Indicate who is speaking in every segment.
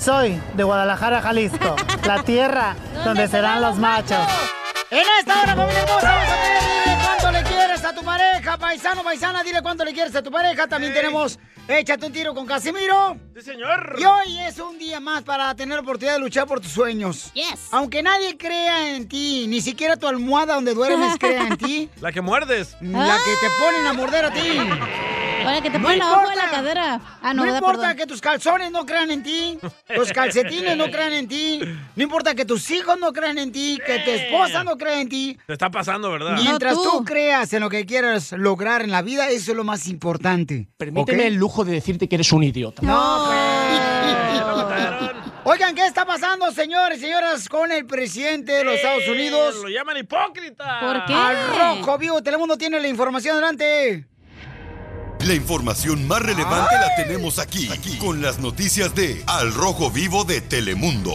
Speaker 1: Soy de Guadalajara, Jalisco, la tierra donde serán los machos.
Speaker 2: En esta hora, familia hermosa, vamos a ver, dile cuánto le quieres a tu pareja, paisano, paisana, dile cuánto le quieres a tu pareja. También tenemos Échate un tiro con Casimiro.
Speaker 3: Sí, señor.
Speaker 2: Y hoy es un día más para tener oportunidad de luchar por tus sueños.
Speaker 3: Yes.
Speaker 2: Aunque nadie crea en ti, ni siquiera tu almohada donde duermes crea en ti,
Speaker 3: La que muerdes.
Speaker 2: la que te ponen a morder a ti.
Speaker 4: Para que te
Speaker 2: No
Speaker 4: pongan la abajo de
Speaker 2: importa.
Speaker 4: la cadera. Ah, no,
Speaker 2: no
Speaker 4: ¿verdad?
Speaker 2: importa
Speaker 4: Perdón.
Speaker 2: que tus calzones no crean en ti, los calcetines no crean en ti, no importa que tus hijos no crean en ti, que tu esposa no crea en ti.
Speaker 3: Te está pasando, ¿verdad?
Speaker 2: Mientras tú. creas en lo que quieras lograr en la vida, eso es lo más importante.
Speaker 5: Permíteme el lujo de decirte que eres un idiota.
Speaker 2: No, pues. Oigan, ¿qué está pasando, señores y señoras, con el presidente de los Estados Unidos?
Speaker 3: Eh, Lo llaman hipócrita.
Speaker 2: Al rojo vivo, Telemundo tiene la información adelante.
Speaker 6: La información más relevante la tenemos aquí, aquí, con las noticias de Al Rojo Vivo de Telemundo.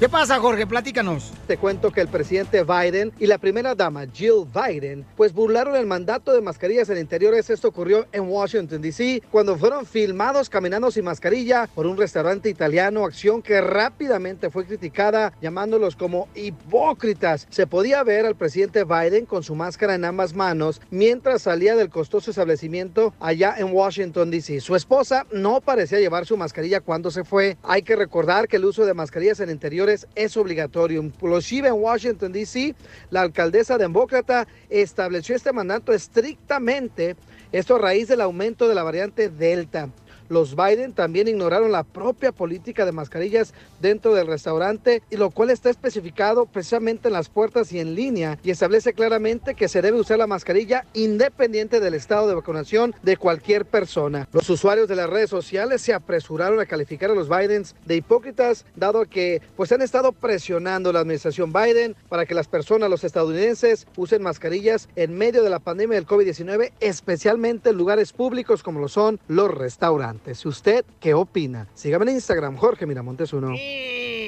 Speaker 2: ¿Qué pasa, Jorge? Platícanos.
Speaker 7: Te cuento que el presidente Biden y la primera dama Jill Biden pues burlaron el mandato de mascarillas en interiores. Esto ocurrió en Washington, D.C. cuando fueron filmados caminando sin mascarilla por un restaurante italiano, acción que rápidamente fue criticada llamándolos como hipócritas. Se podía ver al presidente Biden con su máscara en ambas manos mientras salía del costoso establecimiento allá en Washington, D.C. Su esposa no parecía llevar su mascarilla cuando se fue. Hay que recordar que el uso de mascarillas en interiores es obligatorio. Inclusive en Washington, D.C., la alcaldesa demócrata estableció este mandato estrictamente, esto a raíz del aumento de la variante Delta. Los Biden también ignoraron la propia política de mascarillas dentro del restaurante, y lo cual está especificado precisamente en las puertas y en línea, y establece claramente que se debe usar la mascarilla independiente del estado de vacunación de cualquier persona. Los usuarios de las redes sociales se apresuraron a calificar a los Bidens de hipócritas, dado que pues han estado presionando la administración Biden para que las personas, los estadounidenses, usen mascarillas en medio de la pandemia del COVID-19, especialmente en lugares públicos como lo son los restaurantes. ¿Usted qué opina? Sígame en Instagram, Jorge Miramontes uno.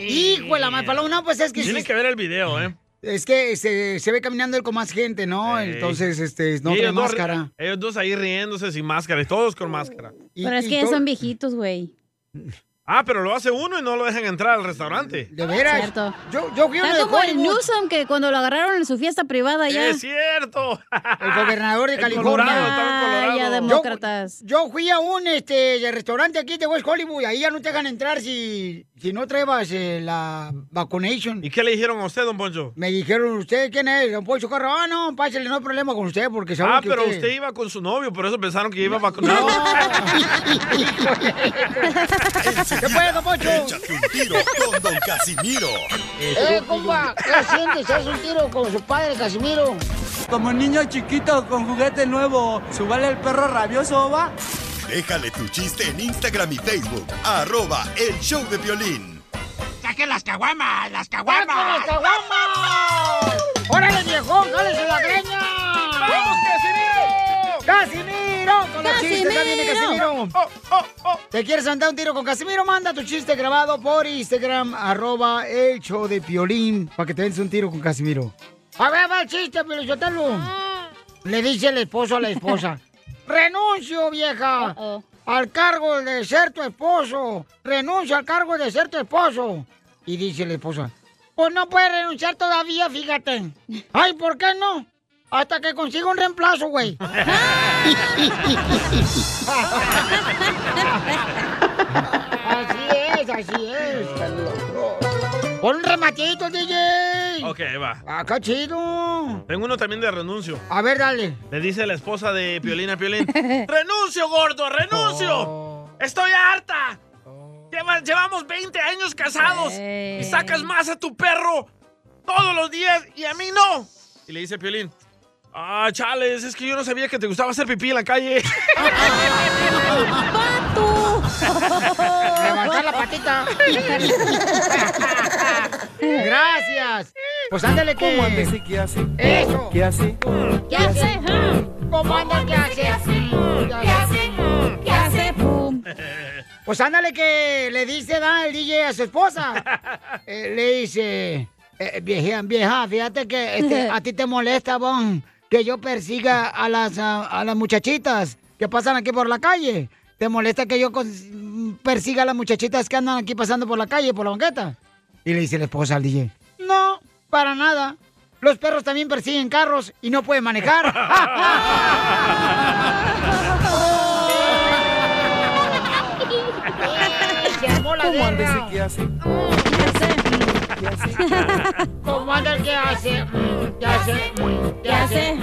Speaker 2: Hijo de la madre, Paloma, no, pues es que...
Speaker 3: Tienes
Speaker 2: sí-
Speaker 3: que ver el video, ¿eh?
Speaker 2: Es que eh, se, se ve caminando él con más gente, ¿no?
Speaker 3: Ey.
Speaker 2: Entonces, este, no
Speaker 3: Y
Speaker 2: tiene
Speaker 3: ellos dos-
Speaker 2: máscara.
Speaker 3: ellos dos ahí riéndose sin máscara, y todos con máscara.
Speaker 2: Y-
Speaker 4: Pero es
Speaker 2: y
Speaker 4: que
Speaker 2: todo-
Speaker 4: son viejitos, güey.
Speaker 3: Ah, pero lo hace uno y no lo dejan entrar al restaurante.
Speaker 2: De veras.
Speaker 4: Cierto.
Speaker 2: Yo, yo fui a uno
Speaker 4: Está
Speaker 2: de
Speaker 4: como el
Speaker 2: Hollywood,
Speaker 4: Newsom que cuando lo agarraron en su fiesta privada ya.
Speaker 3: ¡Es cierto!
Speaker 2: el gobernador de
Speaker 3: Ah, El
Speaker 2: California.
Speaker 3: Colorado. estaba en
Speaker 4: Ah,
Speaker 3: Colorado.
Speaker 4: ya
Speaker 3: Yo-
Speaker 4: demócratas.
Speaker 2: Yo fui a un este de restaurante aquí de West Hollywood, ahí ya no te dejan entrar si, si no traebas eh, la vacunation.
Speaker 3: ¿Y qué le dijeron a usted, don Poncho?
Speaker 2: Me dijeron, ¿usted quién es? Don Poncho Carro. Ah, no, pásale, no hay problema con usted porque sabemos
Speaker 3: Ah,
Speaker 2: que
Speaker 3: pero usted iba con su novio, por eso pensaron que iba vacunado.
Speaker 2: ¿Qué puede, don Poncho?
Speaker 6: Échate un tiro con Don Casimiro.
Speaker 2: Eh, compa, ¿qué sientes? ¿Haz un tiro con su padre, Casimiro?
Speaker 8: Como niño chiquito con juguete nuevo, ¿subale el perro rabioso, va?
Speaker 6: Déjale tu chiste en Instagram y Facebook, arroba el show de violín.
Speaker 8: ¡Saque las caguamas, las
Speaker 2: ¡Vamos, caguamas! ¡Órale, viejón! ¡Jálese la greña! ¡Vamos, Casimiro! ¡Casimiro! Con los chistes ya viene Casimiro. ¿Te quieres andar un tiro con Casimiro? Manda tu chiste grabado por Instagram, arroba el show de Piolín, para que te des un tiro con Casimiro. A ver, va el chiste, Piolichotelo. Le dice el esposo a la esposa. ¡Renuncio, vieja!
Speaker 4: Uh-oh.
Speaker 2: al cargo de ser tu esposo. Renuncia al cargo de ser tu esposo. Y dice la esposa, pues no puedes renunciar todavía, fíjate. Ay, ¿por qué no? Hasta que consiga un reemplazo, güey. Así es, así es, Carlos. Pon un rematito, DJ.
Speaker 3: Ok, ahí va.
Speaker 2: Acá chido.
Speaker 3: Tengo uno también de renuncio.
Speaker 2: A ver, dale.
Speaker 3: Le dice la esposa de Piolín a Piolín. ¡Renuncio, gordo! ¡Renuncio!
Speaker 2: Oh.
Speaker 3: ¡Estoy harta! Lleva- llevamos 20 años casados y sacas más a tu perro todos los días y a mí no. Y le dice Piolín. Ah, chales, es que yo no sabía que te gustaba hacer pipí en la calle.
Speaker 2: ¡Pato! Levantar la patita. Gracias. Pues ándale que...
Speaker 8: ¿Cómo andes y qué hace?
Speaker 2: Eso.
Speaker 8: ¿Qué hace?
Speaker 2: ¿Qué hace? ¿Cómo anda? ¿Qué hace? ¿Qué hace? ¿Qué hace? Pues ándale que le dice da el DJ a su esposa. Eh, le dice, eh, vieja, vieja, fíjate que este, a ti te molesta, Bon, que yo persiga a las, a, a las muchachitas que pasan aquí por la calle. ¿Te molesta que yo cons- persiga a las muchachitas que andan aquí pasando por la calle, por la banqueta? Y le dice la esposa al DJ. No, para nada. Los perros también persiguen carros y no pueden manejar.
Speaker 8: ¿Cómo andes y qué hace?
Speaker 2: ¿Cómo anda el que hace? Mm, ¿Qué hace? Mm, ¿Qué hace?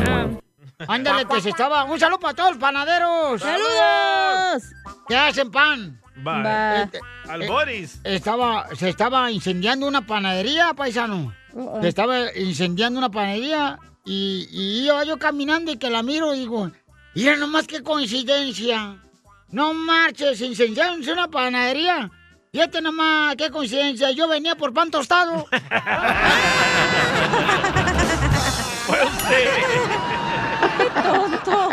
Speaker 2: Ándale, que se estaba. Un saludo para todos los panaderos. ¡Saludos! ¿Qué hacen, pan?
Speaker 3: Va.
Speaker 2: Va.
Speaker 3: Al Boris.
Speaker 2: Estaba, se estaba incendiando una panadería, paisano.
Speaker 3: Uh-oh.
Speaker 2: Se estaba incendiando una panadería y, y iba yo caminando y que la miro y digo, mira nomás qué coincidencia. No marches, incendiándose una panadería. Fíjate nomás qué coincidencia, yo venía por pan tostado. ¡Qué tonto!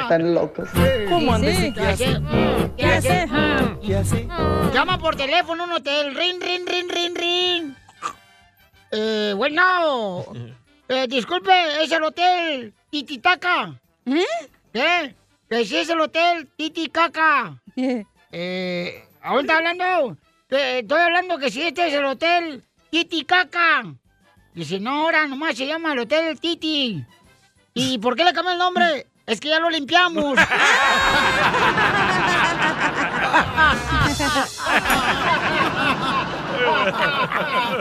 Speaker 9: Están locos.
Speaker 8: ¿Cómo andes y
Speaker 2: Sí, Mm,
Speaker 8: qué hace?
Speaker 2: ¿Qué hace? Mm.
Speaker 8: ¿Qué hace?
Speaker 2: Llama por teléfono a un hotel. Rin, rin, rin, rin, rin. Eh, bueno. Eh, disculpe, es el hotel Tititaca. ¿Eh? ¿Qué? Que sí es el hotel Titicaca. Eh, ¿a dónde está hablando? Que estoy hablando que sí, este es el hotel Titicaca. Dice, no, ahora nomás se llama el hotel Titi. ¿Y por qué le cambió el nombre? Es que ya lo limpiamos.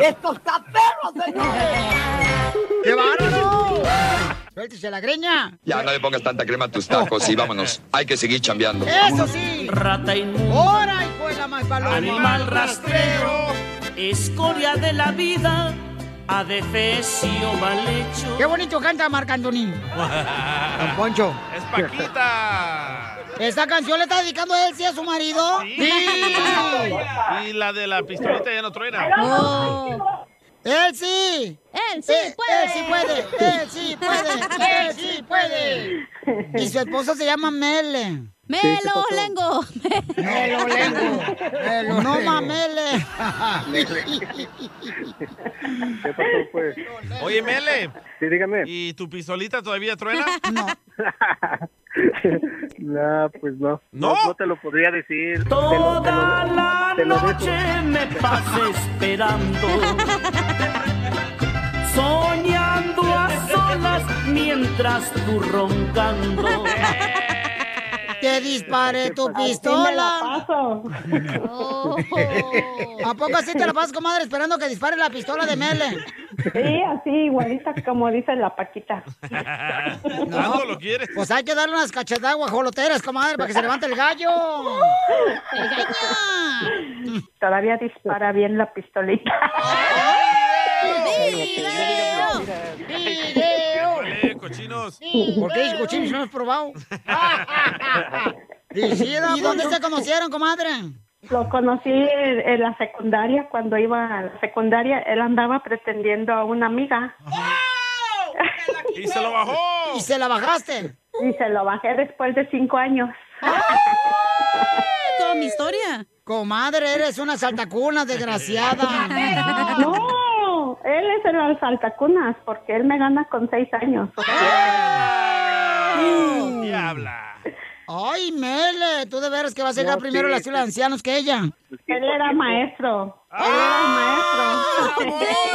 Speaker 8: ¡Esto está perro, señor!
Speaker 2: ¡Qué bárbaro! Suéltese la greña.
Speaker 10: Ya no le pongas tanta crema a tus tacos y vámonos. Hay que seguir chambeando.
Speaker 2: Eso sí.
Speaker 10: Rata
Speaker 2: Ahora hijo de la más paloma.
Speaker 10: Animal
Speaker 2: rastrero.
Speaker 11: Escoria de la vida, adefesio mal hecho.
Speaker 2: Qué bonito canta Marc Anthony.
Speaker 11: Don
Speaker 2: Poncho.
Speaker 3: Es Paquita.
Speaker 2: ¿Esta canción le está dedicando él sí a su marido?
Speaker 3: Y la de la pistolita ya no truena.
Speaker 2: Oh. ¡Él sí!
Speaker 4: ¡Él
Speaker 2: sí puede! ¡Él Eh, sí puede! ¡Él sí puede! ¡Él sí puede! Y su esposo se llama Mele.
Speaker 4: Melo Lengo.
Speaker 2: Melo Lengo. Melo no
Speaker 4: Lengo.
Speaker 2: mamele.
Speaker 12: ¿Qué pasó, pues?
Speaker 3: Oye, Mele.
Speaker 12: Sí, dígame.
Speaker 3: ¿Y tu pistolita todavía truena?
Speaker 2: No.
Speaker 12: No, pues no.
Speaker 3: ¿No?
Speaker 12: No, te lo podría decir.
Speaker 11: Toda
Speaker 12: la
Speaker 11: noche me pasé esperando. Soñando a solas mientras tú roncando.
Speaker 2: ¡Te disparé tu pistola! Oh. ¿A poco así te la pasas, comadre, esperando que dispare la pistola de Mele?
Speaker 9: Sí, así, igualita como dice la Paquita.
Speaker 3: ¿Cuándo lo quieres?
Speaker 2: Pues hay que darle unas cachetadas guajoloteras, comadre, para que se levante el gallo. ¡El gallo!
Speaker 9: Todavía dispara bien la pistolita.
Speaker 3: Vale, cochinos.
Speaker 2: ¿Por qué dices cochinos si no lo has probado? Sí, sí, ¿no? ¿Y dónde se conocieron, comadre?
Speaker 9: Lo conocí en en la secundaria, cuando iba a la secundaria, él andaba pretendiendo a una amiga.
Speaker 3: Y se lo bajó.
Speaker 2: ¿Y se la bajaste?
Speaker 9: Y se lo bajé después de cinco años.
Speaker 2: Toda mi historia. Comadre, eres una saltacuna desgraciada.
Speaker 9: No, él es el alzaltacunas, porque él me gana con seis años.
Speaker 3: Diabla.
Speaker 2: Ay, Mele, tú de veras que vas a llegar
Speaker 9: No,
Speaker 2: primero a
Speaker 9: sí,
Speaker 2: la ciudad de
Speaker 9: sí.
Speaker 2: ancianos que ella.
Speaker 9: Él era maestro.
Speaker 2: ¡Ah!
Speaker 9: Él era maestro.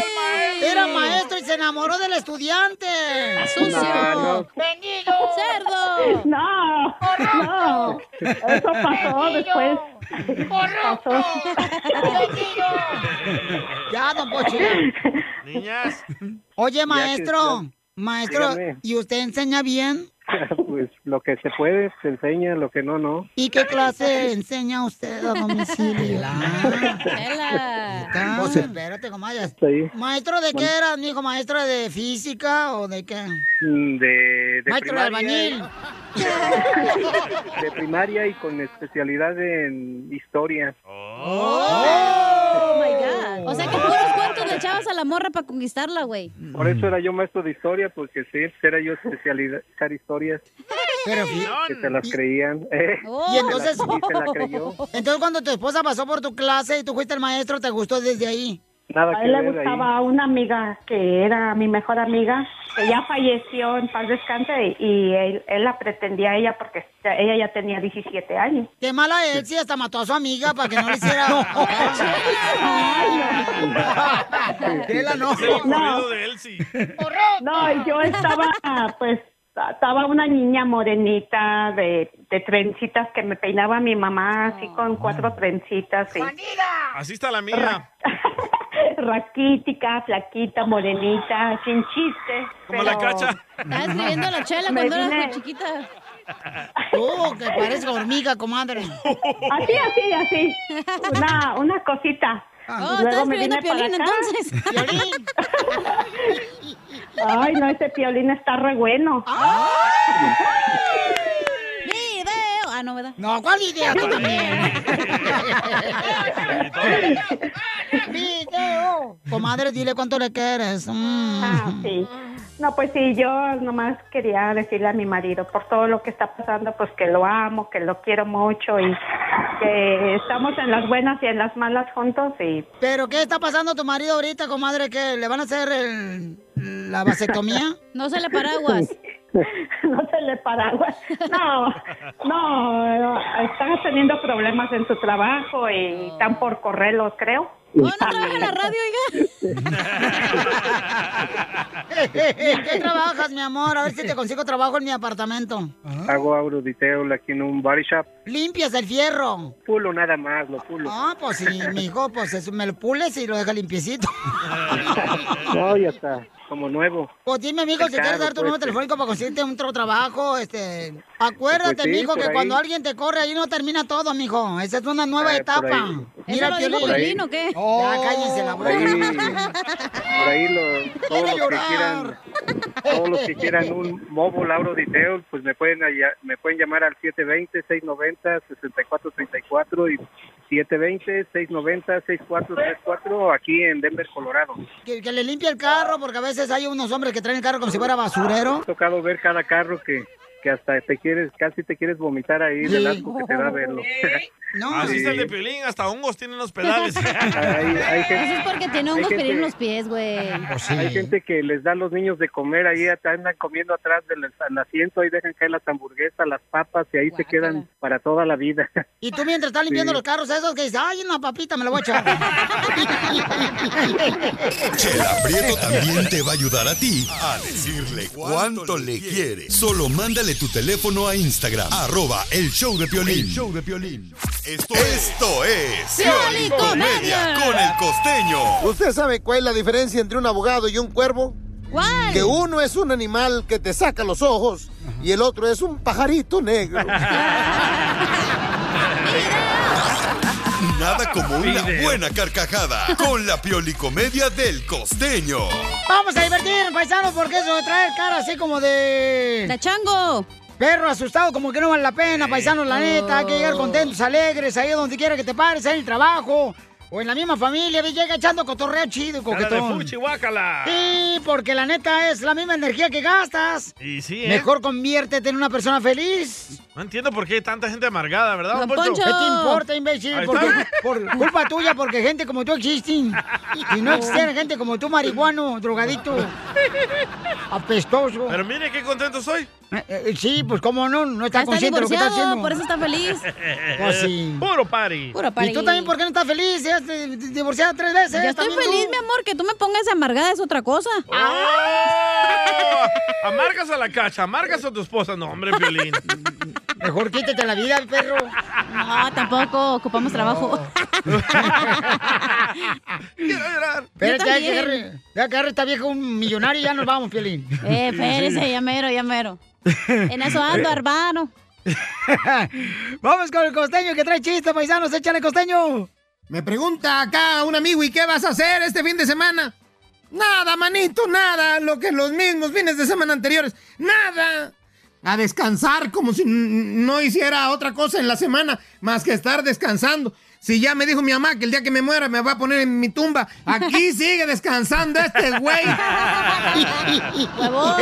Speaker 2: Era maestro y se enamoró del estudiante.
Speaker 9: No, no.
Speaker 2: ¡Venido!
Speaker 4: ¡Cerdo!
Speaker 9: No, no. Eso pasó después.
Speaker 2: ¡Corrupto! Ya, don Pocho.
Speaker 3: Niñas.
Speaker 2: Oye,
Speaker 12: Ya
Speaker 2: maestro.
Speaker 12: que-
Speaker 2: Maestro,
Speaker 12: Dígame.
Speaker 2: ¿y usted enseña bien?
Speaker 12: pues lo que se puede se enseña, lo que no, no.
Speaker 2: ¿Y qué clase enseña usted a domicilio? Ah,
Speaker 12: eh,
Speaker 2: Pues espérate, comayas.
Speaker 12: Estoy
Speaker 2: Maestro, ¿de qué
Speaker 12: Bueno.
Speaker 2: era, mijo? ¿Maestro de física o de qué?
Speaker 12: mm, Pues, de, de
Speaker 2: Maestro de
Speaker 12: primaria, ¿eh?
Speaker 2: albañil.
Speaker 12: De primaria y con especialidad en historia.
Speaker 4: Oh my God. O sea que puros cuentos le echabas a la morra para conquistarla, güey.
Speaker 12: Por eso era yo maestro de historia, porque sí, era yo especializar historias. que se las creían. eh.
Speaker 2: Y Oh, entonces,
Speaker 12: Y se la creyó.
Speaker 2: entonces cuando tu esposa pasó por tu clase y tú fuiste el maestro, ¿te gustó desde ahí?
Speaker 12: Nada
Speaker 9: A
Speaker 12: que
Speaker 9: él le
Speaker 12: ver ahí.
Speaker 9: gustaba a una amiga que era mi mejor amiga. Ella falleció en paz descanse y él, él la pretendía a ella porque ella ya tenía 17 años.
Speaker 2: Qué mala él, si hasta mató a su amiga para que no le hiciera... Chela, no.
Speaker 9: No, no, yo estaba, pues, estaba una niña morenita de, de trencitas que me peinaba mi mamá así con cuatro
Speaker 12: Mm.
Speaker 9: trencitas. y-
Speaker 3: Así está la mía.
Speaker 9: raquítica, flaquita, morenita, sin chiste.
Speaker 3: Como la Cacha.
Speaker 4: Estaba escribiendo a la chela
Speaker 9: Me
Speaker 4: cuando eras
Speaker 9: vine-
Speaker 4: muy chiquita.
Speaker 13: Ah,
Speaker 2: Oh, que parece hormiga, comadre.
Speaker 9: Así, así, así. Una, una cosita.
Speaker 2: Ah.
Speaker 4: Oh,
Speaker 9: Luego
Speaker 4: estás
Speaker 9: me
Speaker 4: escribiendo
Speaker 9: vine
Speaker 4: a
Speaker 9: para
Speaker 4: Piolín
Speaker 9: acá.
Speaker 4: entonces.
Speaker 9: Ay, no, ese piolín está re bueno.
Speaker 2: Ah.
Speaker 4: ¡Video! Ah, no, ¿verdad?
Speaker 2: No, ¿cuál idea tú también? Video. Comadre, dile cuánto le quieres. Mm.
Speaker 9: Ah, sí. No, pues sí, yo nomás quería decirle a mi marido por todo lo que está pasando, pues que lo amo, que lo quiero mucho y que estamos en las buenas y en las malas juntos y
Speaker 2: ¿Pero qué está pasando tu marido ahorita, comadre? ¿Que le van a hacer el- la vasectomía?
Speaker 4: No se le paraguas.
Speaker 9: no se le paraguas. No, no, está teniendo problemas en su trabajo y están por correrlos, creo.
Speaker 4: No,
Speaker 9: pues.
Speaker 4: no trabaja en la radio, oiga.
Speaker 2: ¿En qué trabajas, mi amor? A ver si te consigo trabajo en mi apartamento.
Speaker 12: Hago aurodetail aquí en un body shop.
Speaker 2: Limpias el fierro.
Speaker 12: Pulo nada más, lo pulo.
Speaker 2: Ah, pues sí, mijo, pues eso, me lo pules y lo deja limpiecito.
Speaker 12: No, ya está, como nuevo.
Speaker 2: Pues dime, amigo, si
Speaker 12: Claro,
Speaker 2: quieres dar tu
Speaker 12: pues,
Speaker 2: número
Speaker 12: sí.
Speaker 2: telefónico para conseguirte un otro trabajo, este... Acuérdate,
Speaker 12: Pues sí,
Speaker 2: mijo,
Speaker 12: por
Speaker 2: que
Speaker 12: ahí.
Speaker 2: cuando alguien te corre, ahí no termina todo, mijo. Esa es una nueva
Speaker 12: Eh, por
Speaker 2: etapa.
Speaker 12: ahí.
Speaker 2: Mira,
Speaker 4: ¿Eso lo dijo
Speaker 2: Piolín.
Speaker 4: Piolín o qué?
Speaker 2: Ya, cállense la
Speaker 12: Por ahí, por ahí lo- todos los que quieran, todos los que quieran un móvil aurodetail, pues me pueden allá- me pueden llamar al 720-690-6434 y 720-690-6434 aquí en Denver, Colorado.
Speaker 2: Que, que le limpie el carro, porque a veces hay unos hombres que traen el carro como si fuera basurero.
Speaker 12: Me ha tocado ver cada carro que, que hasta te quieres, casi te quieres vomitar ahí del asco que te da verlo.
Speaker 3: Así
Speaker 12: Sí.
Speaker 3: está el de Piolín, hasta hongos tienen los pedales.
Speaker 4: Eso es porque tiene
Speaker 12: Hay
Speaker 4: hongos
Speaker 12: gente-
Speaker 4: pedir en los pies, güey.
Speaker 12: Hay gente que les da a los niños de comer ahí, at- andan comiendo atrás del al asiento, ahí dejan caer las hamburguesas, las papas y ahí se quedan para toda la vida.
Speaker 2: Y tú mientras estás limpiando
Speaker 12: Sí.
Speaker 2: los carros esos que dices, ay, una papita, me la voy a echar.
Speaker 6: Chela Prieto también te va a ayudar a ti a decirle cuánto le quiere. Solo mándale tu teléfono a Instagram, arroba el show de Piolín.
Speaker 14: El
Speaker 6: show de Esto, esto es
Speaker 14: Pioli Comedia.
Speaker 6: con el costeño.
Speaker 14: ¿Usted sabe cuál es la diferencia entre un abogado y un cuervo?
Speaker 4: ¿Cuál?
Speaker 14: Que uno es un animal que te saca los ojos y el otro es un pajarito negro.
Speaker 6: Nada como una buena carcajada con la Pioli Comedia del costeño.
Speaker 2: Vamos a divertir, paisanos, porque eso de traer cara así como de... ¡De
Speaker 4: chango!
Speaker 2: Perro asustado, como que no vale la pena, paisanos, la neta. Hay que llegar contentos, alegres, ahí donde quiera que te pares, ahí en el trabajo. O en la misma familia, ve, llega echando cotorreo chido y
Speaker 3: Cara de
Speaker 2: coquetón.
Speaker 3: fuchi, guácala.
Speaker 2: Sí, porque la neta es la misma energía que gastas.
Speaker 3: Y sí, ¿eh?
Speaker 2: Mejor conviértete en una persona feliz.
Speaker 3: No entiendo por qué hay tanta gente amargada, ¿verdad, don Poncho?
Speaker 2: ¿Qué te importa, imbécil?
Speaker 3: Ahí
Speaker 2: Por,
Speaker 3: está.
Speaker 2: por culpa tuya, porque gente como tú existe. Y no existen gente como tú, marihuano, drogadicto, apestoso.
Speaker 3: Pero mire qué contento soy.
Speaker 2: Eh, eh, sí, pues cómo no, no está,
Speaker 4: Ah, Está
Speaker 2: consciente de lo que está
Speaker 4: divorciado,
Speaker 2: haciendo.
Speaker 4: por eso está feliz.
Speaker 2: Pues sí.
Speaker 3: Puro pari.
Speaker 2: ¿Y tú también por qué no estás feliz? Ya te- te- divorciada tres veces.
Speaker 4: Yo estoy feliz, mi amor, que tú me pongas amargada es otra cosa.
Speaker 2: Ah.
Speaker 3: Amargas a ¡Oh! la cacha, amargas a tu esposa. No, hombre, Piolín.
Speaker 2: Mejor quítate la vida, perro.
Speaker 4: No, tampoco, ocupamos trabajo.
Speaker 2: Espérate,
Speaker 4: Yo
Speaker 2: ya que
Speaker 4: también.
Speaker 2: agarre, ya que agarre esta vieja un millonario y ya nos vamos, Piolín.
Speaker 4: Eh, espérese, ya mero, ya mero. En eso ando, hermano.
Speaker 2: Eh. vamos con el costeño que trae chistes, paisanos. Échale, costeño.
Speaker 13: Me pregunta acá un amigo, ¿y qué vas a hacer este fin de semana? Nada, manito, nada. Lo que los mismos fines de semana anteriores. Nada. A descansar como si n- no hiciera otra cosa en la semana más que estar descansando. Si ya me dijo mi mamá que el día que me muera me va a poner en mi tumba. Aquí sigue descansando este güey.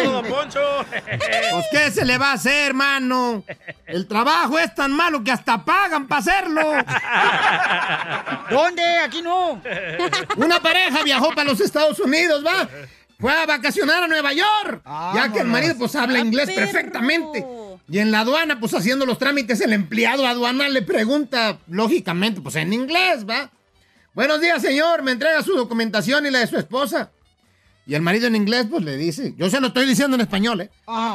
Speaker 3: Don Poncho.
Speaker 13: Pues, ¿qué se le va a hacer, hermano? El trabajo es tan malo que hasta pagan para hacerlo.
Speaker 2: ¿Dónde? Aquí no.
Speaker 13: Una pareja viajó para los Estados Unidos, va. Fue a vacacionar a Nueva York. ya que el marido pues
Speaker 2: Ah,
Speaker 13: habla inglés perfectamente. Y en la aduana, pues haciendo los trámites, el empleado aduana le pregunta, lógicamente, pues en inglés, va. Buenos días, señor. Me entrega su documentación y la de su esposa. Y el marido en inglés, pues le dice, yo se lo estoy diciendo en español, ¿eh?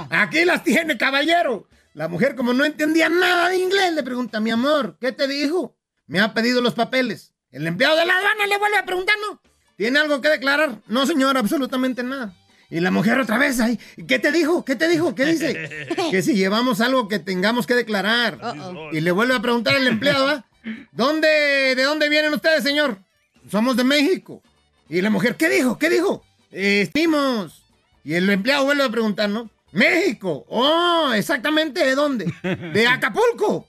Speaker 13: Aquí las tiene, caballero. La mujer, como no entendía nada de inglés, le pregunta, mi amor, ¿qué te dijo? Me ha pedido los papeles. El empleado de la aduana le vuelve a preguntar, ¿no? ¿Tiene algo que declarar? No, señor, absolutamente nada. Y la mujer otra vez, ay, ¿qué te dijo? ¿Qué te dijo? ¿Qué dice? que si llevamos algo que tengamos que declarar. Y le vuelve a preguntar al empleado, ¿ah? ¿Dónde, ¿de dónde vienen ustedes, señor? Somos de México. Y la mujer, ¿qué dijo? ¿Qué dijo? Eh, Estimos. Y el empleado vuelve a preguntar, ¿no? México. Oh, exactamente, ¿de dónde? De Acapulco.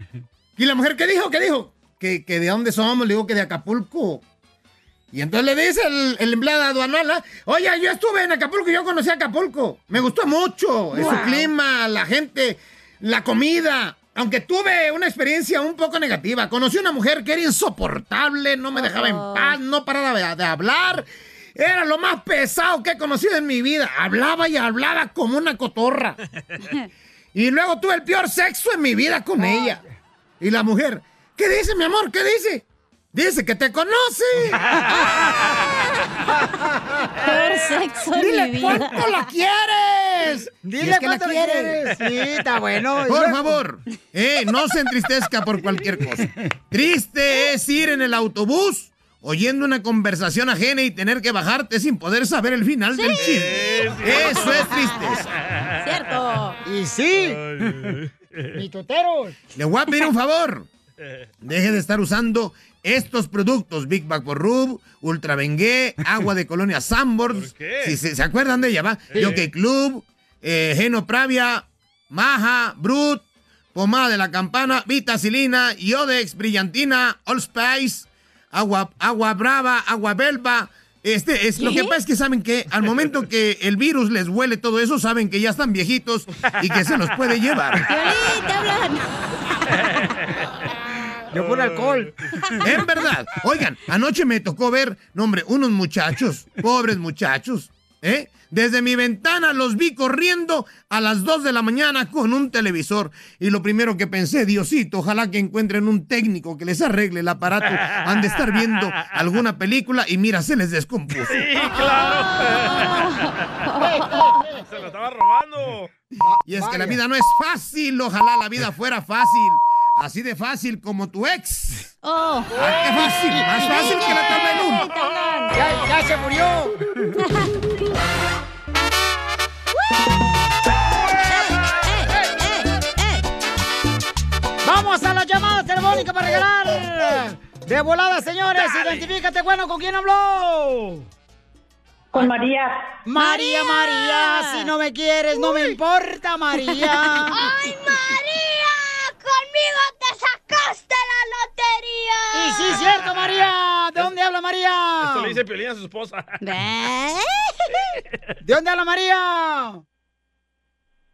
Speaker 13: Y la mujer, ¿qué dijo? ¿Qué dijo? Que, que de dónde somos, le digo que de Acapulco. Y entonces le dice el, el empleado aduanal, ¿ah? oye, yo estuve en Acapulco, yo conocí Acapulco. Me gustó mucho, es su
Speaker 15: Wow.
Speaker 13: clima, la gente, la comida. Aunque tuve una experiencia un poco negativa. Conocí una mujer que era insoportable, no me dejaba en paz, no paraba de, de hablar. Era lo más pesado que he conocido en mi vida. Hablaba y hablaba como una cotorra. Y luego tuve el peor sexo en mi vida con
Speaker 4: Ah.
Speaker 13: ella. Y la mujer, ¿qué dice, mi amor? ¿Qué dice? Dice que te conoce.
Speaker 4: Peor sexo en
Speaker 13: Dile
Speaker 4: mi vida.
Speaker 13: cuánto la quieres.
Speaker 4: Dile
Speaker 13: Y es que
Speaker 4: cuánto la quieres. Sí, está bueno. Y
Speaker 13: Por
Speaker 4: luego-
Speaker 13: favor, eh, no se entristezca por cualquier cosa. Triste es ir en el autobús oyendo una conversación ajena y tener que bajarte sin poder saber el final del chiste. Eso es tristeza.
Speaker 4: Cierto.
Speaker 2: Y sí. Ni toteros.
Speaker 13: Le voy a pedir un favor. Deje de estar usando estos productos, Big Bag por Rub, Ultra Bengué, agua de colonia Sanborns. Si se, se acuerdan de ella, ¿va? Jockey Club, eh, Geno Pravia, Maja, Brut, Pomada de la Campana, Vitacilina, Iodex, Brillantina, All Spice, agua, agua brava, agua belva. Este es lo que
Speaker 15: ¿Qué?
Speaker 13: pasa es que saben que al momento que el virus les huele todo eso, saben que ya están viejitos y que se los puede llevar.
Speaker 4: Piolín, te hablan.
Speaker 13: Yo por alcohol. En verdad. Oigan, anoche me tocó ver, no hombre, unos muchachos, pobres muchachos, ¿eh? Desde mi ventana los vi corriendo a las 2 de la mañana con un televisor. Y lo primero que pensé, Diosito, ojalá que encuentren un técnico que les arregle el aparato. Han de estar viendo alguna película y mira, se les descompuso.
Speaker 3: Sí, claro. Se lo estaba robando.
Speaker 13: Y es que la vida no es fácil, ojalá la vida fuera fácil. Así de fácil como tu ex. Ah,
Speaker 4: ¡Oh!
Speaker 13: ¡Qué fácil! ¡Más fácil que la tabla de un!
Speaker 2: ¡Ya, ya se murió! ¡Vamos a las llamadas telefónicas para regalar! ¡De volada, señores! ¡Identifícate, bueno, con quién habló!
Speaker 9: Con María.
Speaker 2: María, María, si no me quieres, no me importa, María.
Speaker 16: ¡Ay, María! ¡Conmigo te sacaste la lotería!
Speaker 2: Y sí, cierto, María. ¿De dónde habla María?
Speaker 3: Esto le dice Piolín a su esposa.
Speaker 2: ¿De dónde habla María?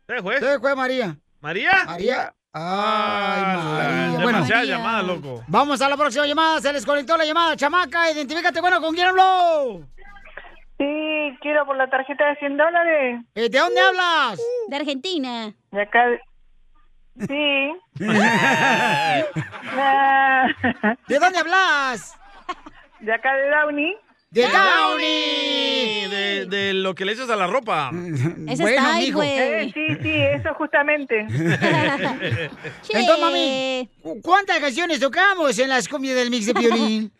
Speaker 3: ¿Te fue?
Speaker 2: ¿Te fue María?
Speaker 3: ¿María?
Speaker 2: María. Ah. Ay, María. Bueno,
Speaker 3: Demasiada llamada, loco.
Speaker 2: Vamos a la próxima llamada. Se les conectó la llamada. Chamaca, identifícate. Bueno, ¿con quién habló?
Speaker 9: Sí,
Speaker 15: que quiero por la tarjeta de 100 dólares.
Speaker 2: Eh, ¿De dónde hablas?
Speaker 4: De Argentina.
Speaker 15: De acá. de- Sí. ¿De
Speaker 2: dónde hablas?
Speaker 15: De acá de Downey.
Speaker 2: ¡De
Speaker 3: Sí, De, de lo que le echas a la ropa.
Speaker 15: Ese está ahí, Eh, sí, sí, eso justamente.
Speaker 2: Entonces, mami, ¿cu- ¿cuántas canciones tocamos en las cumbias del mix de Piolín?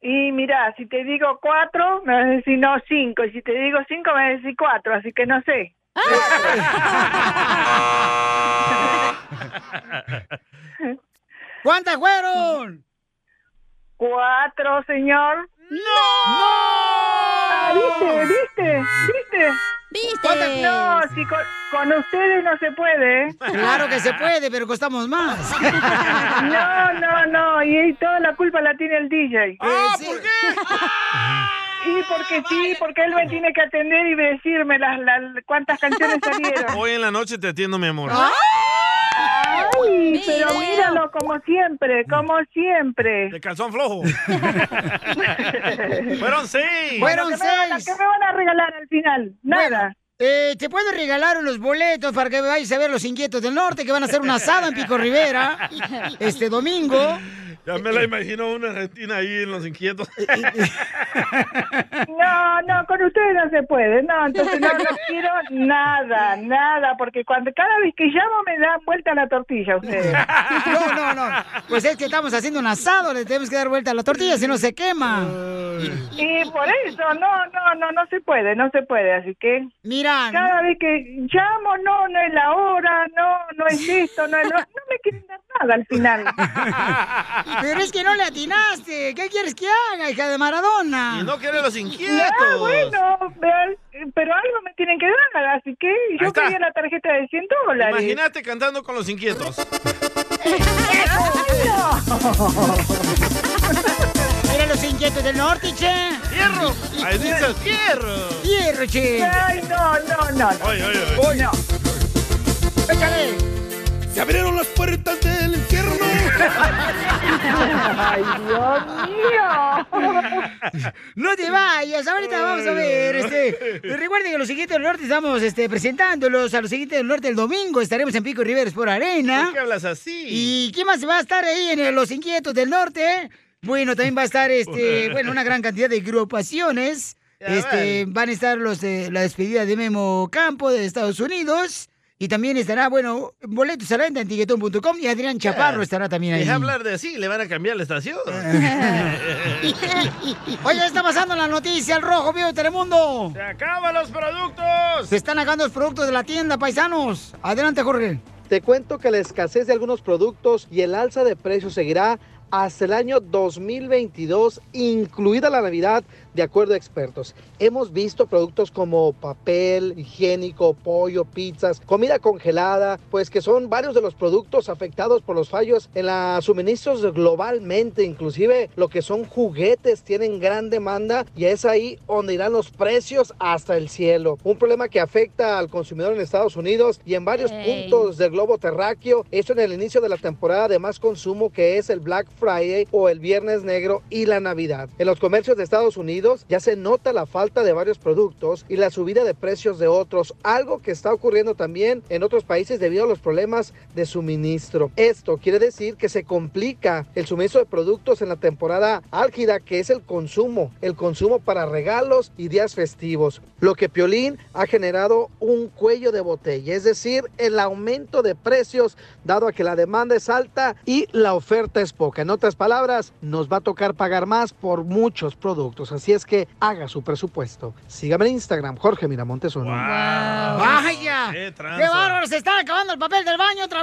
Speaker 15: Y mira, si te digo cuatro, me vas a decir no cinco. Y si te digo cinco, me vas a decir cuatro. Así que no sé.
Speaker 2: Ah. ¿Cuántas fueron?
Speaker 15: Cuatro, señor.
Speaker 2: ¡No!
Speaker 15: Ah, ¿Viste? ¿Viste? ¿Viste?
Speaker 4: ¿Viste?
Speaker 15: No, si con, con ustedes no se puede.
Speaker 2: Claro que se puede, pero costamos más.
Speaker 15: No, no, no. Y toda la culpa la tiene el DJ.
Speaker 2: Ah, ¿por qué?
Speaker 15: Y porque sí, porque él me tiene que atender y decirme las, las- cuántas canciones salieron.
Speaker 3: Hoy en la noche te atiendo, mi amor.
Speaker 15: Ay, pero míralo como siempre, como siempre.
Speaker 3: De calzón flojo. Fueron seis.
Speaker 2: Fueron
Speaker 15: ¿Qué me van a-
Speaker 2: seis.
Speaker 15: qué me van a regalar al final? Nada.
Speaker 2: eh, te puedo regalar unos boletos para que vayas a ver los inquietos del norte que van a hacer una asada en Pico Rivera este domingo.
Speaker 3: Ya me la imagino una argentina ahí en Los Inquietos.
Speaker 15: No, no, con ustedes no se puede. No, entonces no, no quiero nada, nada, porque cuando cada vez que llamo me dan vuelta la tortilla a ustedes.
Speaker 2: No, no, no. Pues es que estamos haciendo un asado, le tenemos que dar vuelta a la tortilla, si no se quema.
Speaker 15: Y por eso, no, no, no, no se puede, no se puede, así que...
Speaker 2: Mira.
Speaker 15: Cada vez que llamo, no, no es la hora, no, no es esto, no es lo- No me quieren dar nada al final.
Speaker 2: Pero es que no le atinaste. ¿Qué quieres que haga, hija de Maradona?
Speaker 3: Y no quiere los inquietos.
Speaker 15: Ah, bueno, pero- pero algo me tienen que dar, así que yo quería la tarjeta de 100 dólares.
Speaker 3: Imagínate cantando con los inquietos.
Speaker 2: Mira los inquietos del norte, che.
Speaker 3: ¡Fierro! Ahí dice, ¡fierro!
Speaker 2: ¡Fierro, che!
Speaker 15: Ay, no, no, no.
Speaker 3: Oye, oye, oye.
Speaker 15: no.
Speaker 2: ¡Échale!
Speaker 17: Se abrieron las puertas del infierno.
Speaker 15: Ay, Dios mío.
Speaker 2: No te vayas, ahorita vamos a ver. Este, recuerden que los siguientes del norte estamos este, presentándolos a los siguientes del norte el domingo. Estaremos en Pico Rivers por Arena.
Speaker 3: ¿Por qué hablas así?
Speaker 2: ¿Y quién más va a estar ahí en el Los Inquietos del Norte? Bueno, también va a estar este, bueno, una gran cantidad de agrupaciones. Este, van a estar los de la despedida de Memo Campo de Estados Unidos. Y también estará, bueno, boletos a la venta en tiquetón.com y Adrián
Speaker 3: Eh,
Speaker 2: Chaparro estará también ahí.
Speaker 3: Deja hablar de así, le van a cambiar la estación.
Speaker 2: Oye, ¿qué está pasando en la noticia, el rojo vivo de Telemundo.
Speaker 3: ¡Se acaban los productos!
Speaker 2: Se están acabando los productos de la tienda, paisanos. Adelante, Jorge.
Speaker 7: Te cuento que la escasez de algunos productos y el alza de precios seguirá hasta el año 2022, incluida la Navidad, de acuerdo a expertos. Hemos visto productos como papel higiénico, pollo, pizzas, comida congelada, pues que son varios de los productos afectados por los fallos en los suministros globalmente, inclusive lo que son juguetes tienen gran demanda y es ahí donde irán los precios hasta el cielo. Un problema que afecta al consumidor en Estados Unidos y en varios
Speaker 18: Ey.
Speaker 7: puntos del globo terráqueo. Esto en el inicio de la temporada de más consumo que es el Black Friday o el Viernes Negro y la Navidad. En los comercios de Estados Unidos ya se nota la falta de varios productos y la subida de precios de otros, algo que está ocurriendo también en otros países debido a los problemas de suministro. Esto quiere decir que se complica el suministro de productos en la temporada álgida que es el consumo, el consumo para regalos y días festivos, lo que Piolín ha generado un cuello de botella, es decir, el aumento de precios dado a que la demanda es alta y la oferta es poca. En otras palabras, nos va a tocar pagar más por muchos productos, así es que haga su presupuesto. Sígame en Instagram, Jorge Miramontes uno.
Speaker 2: ¡Vaya!
Speaker 3: Ah, ¡Qué tranza!
Speaker 2: bárbaro! Se está acabando el papel del baño otra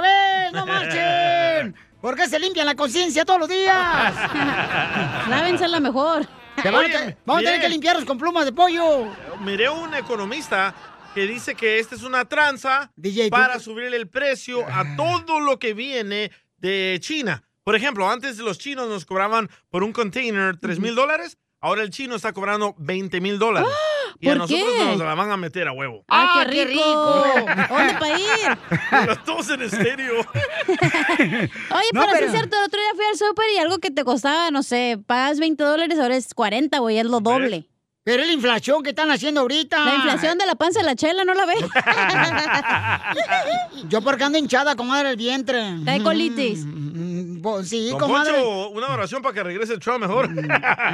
Speaker 2: vez. ¡No marchen! ¿Por qué se limpian la conciencia todos los días? Lávense la mejor. vamos, a
Speaker 3: Oye,
Speaker 2: te- vamos a tener
Speaker 3: bien.
Speaker 2: que limpiarlos con plumas de pollo.
Speaker 3: Miré un economista que dice que esta es una tranza
Speaker 2: DJ,
Speaker 3: para
Speaker 2: tú- Ah.
Speaker 3: subirle el precio a todo lo que viene de China. Por ejemplo, antes los chinos nos cobraban por un container 3 mil dólares, ahora el chino está cobrando 20 mil dólares.
Speaker 2: ¡Ah!
Speaker 3: Y a
Speaker 4: ¿Por qué?
Speaker 3: nosotros nos la van a meter a huevo.
Speaker 4: ¡Ah, qué rico! ¿Dónde para ir?
Speaker 3: Los dos en estéreo.
Speaker 4: Oye,
Speaker 3: No,
Speaker 4: pero, sí
Speaker 3: pero-
Speaker 4: es cierto, el otro día fui al súper y algo que te costaba, no sé, pagas 20 dólares, ahora es 40, güey, es lo doble.
Speaker 2: Pero es la inflación que están haciendo ahorita.
Speaker 4: La inflación de la panza de la chela, ¿no la ves?
Speaker 2: Yo porque ando hinchada, comadre, el vientre.
Speaker 4: Trae colitis.
Speaker 2: Mm, bo- Sí,
Speaker 3: Don
Speaker 2: comadre. Mm.
Speaker 3: Poncho, una oración para que regrese Trump mejor.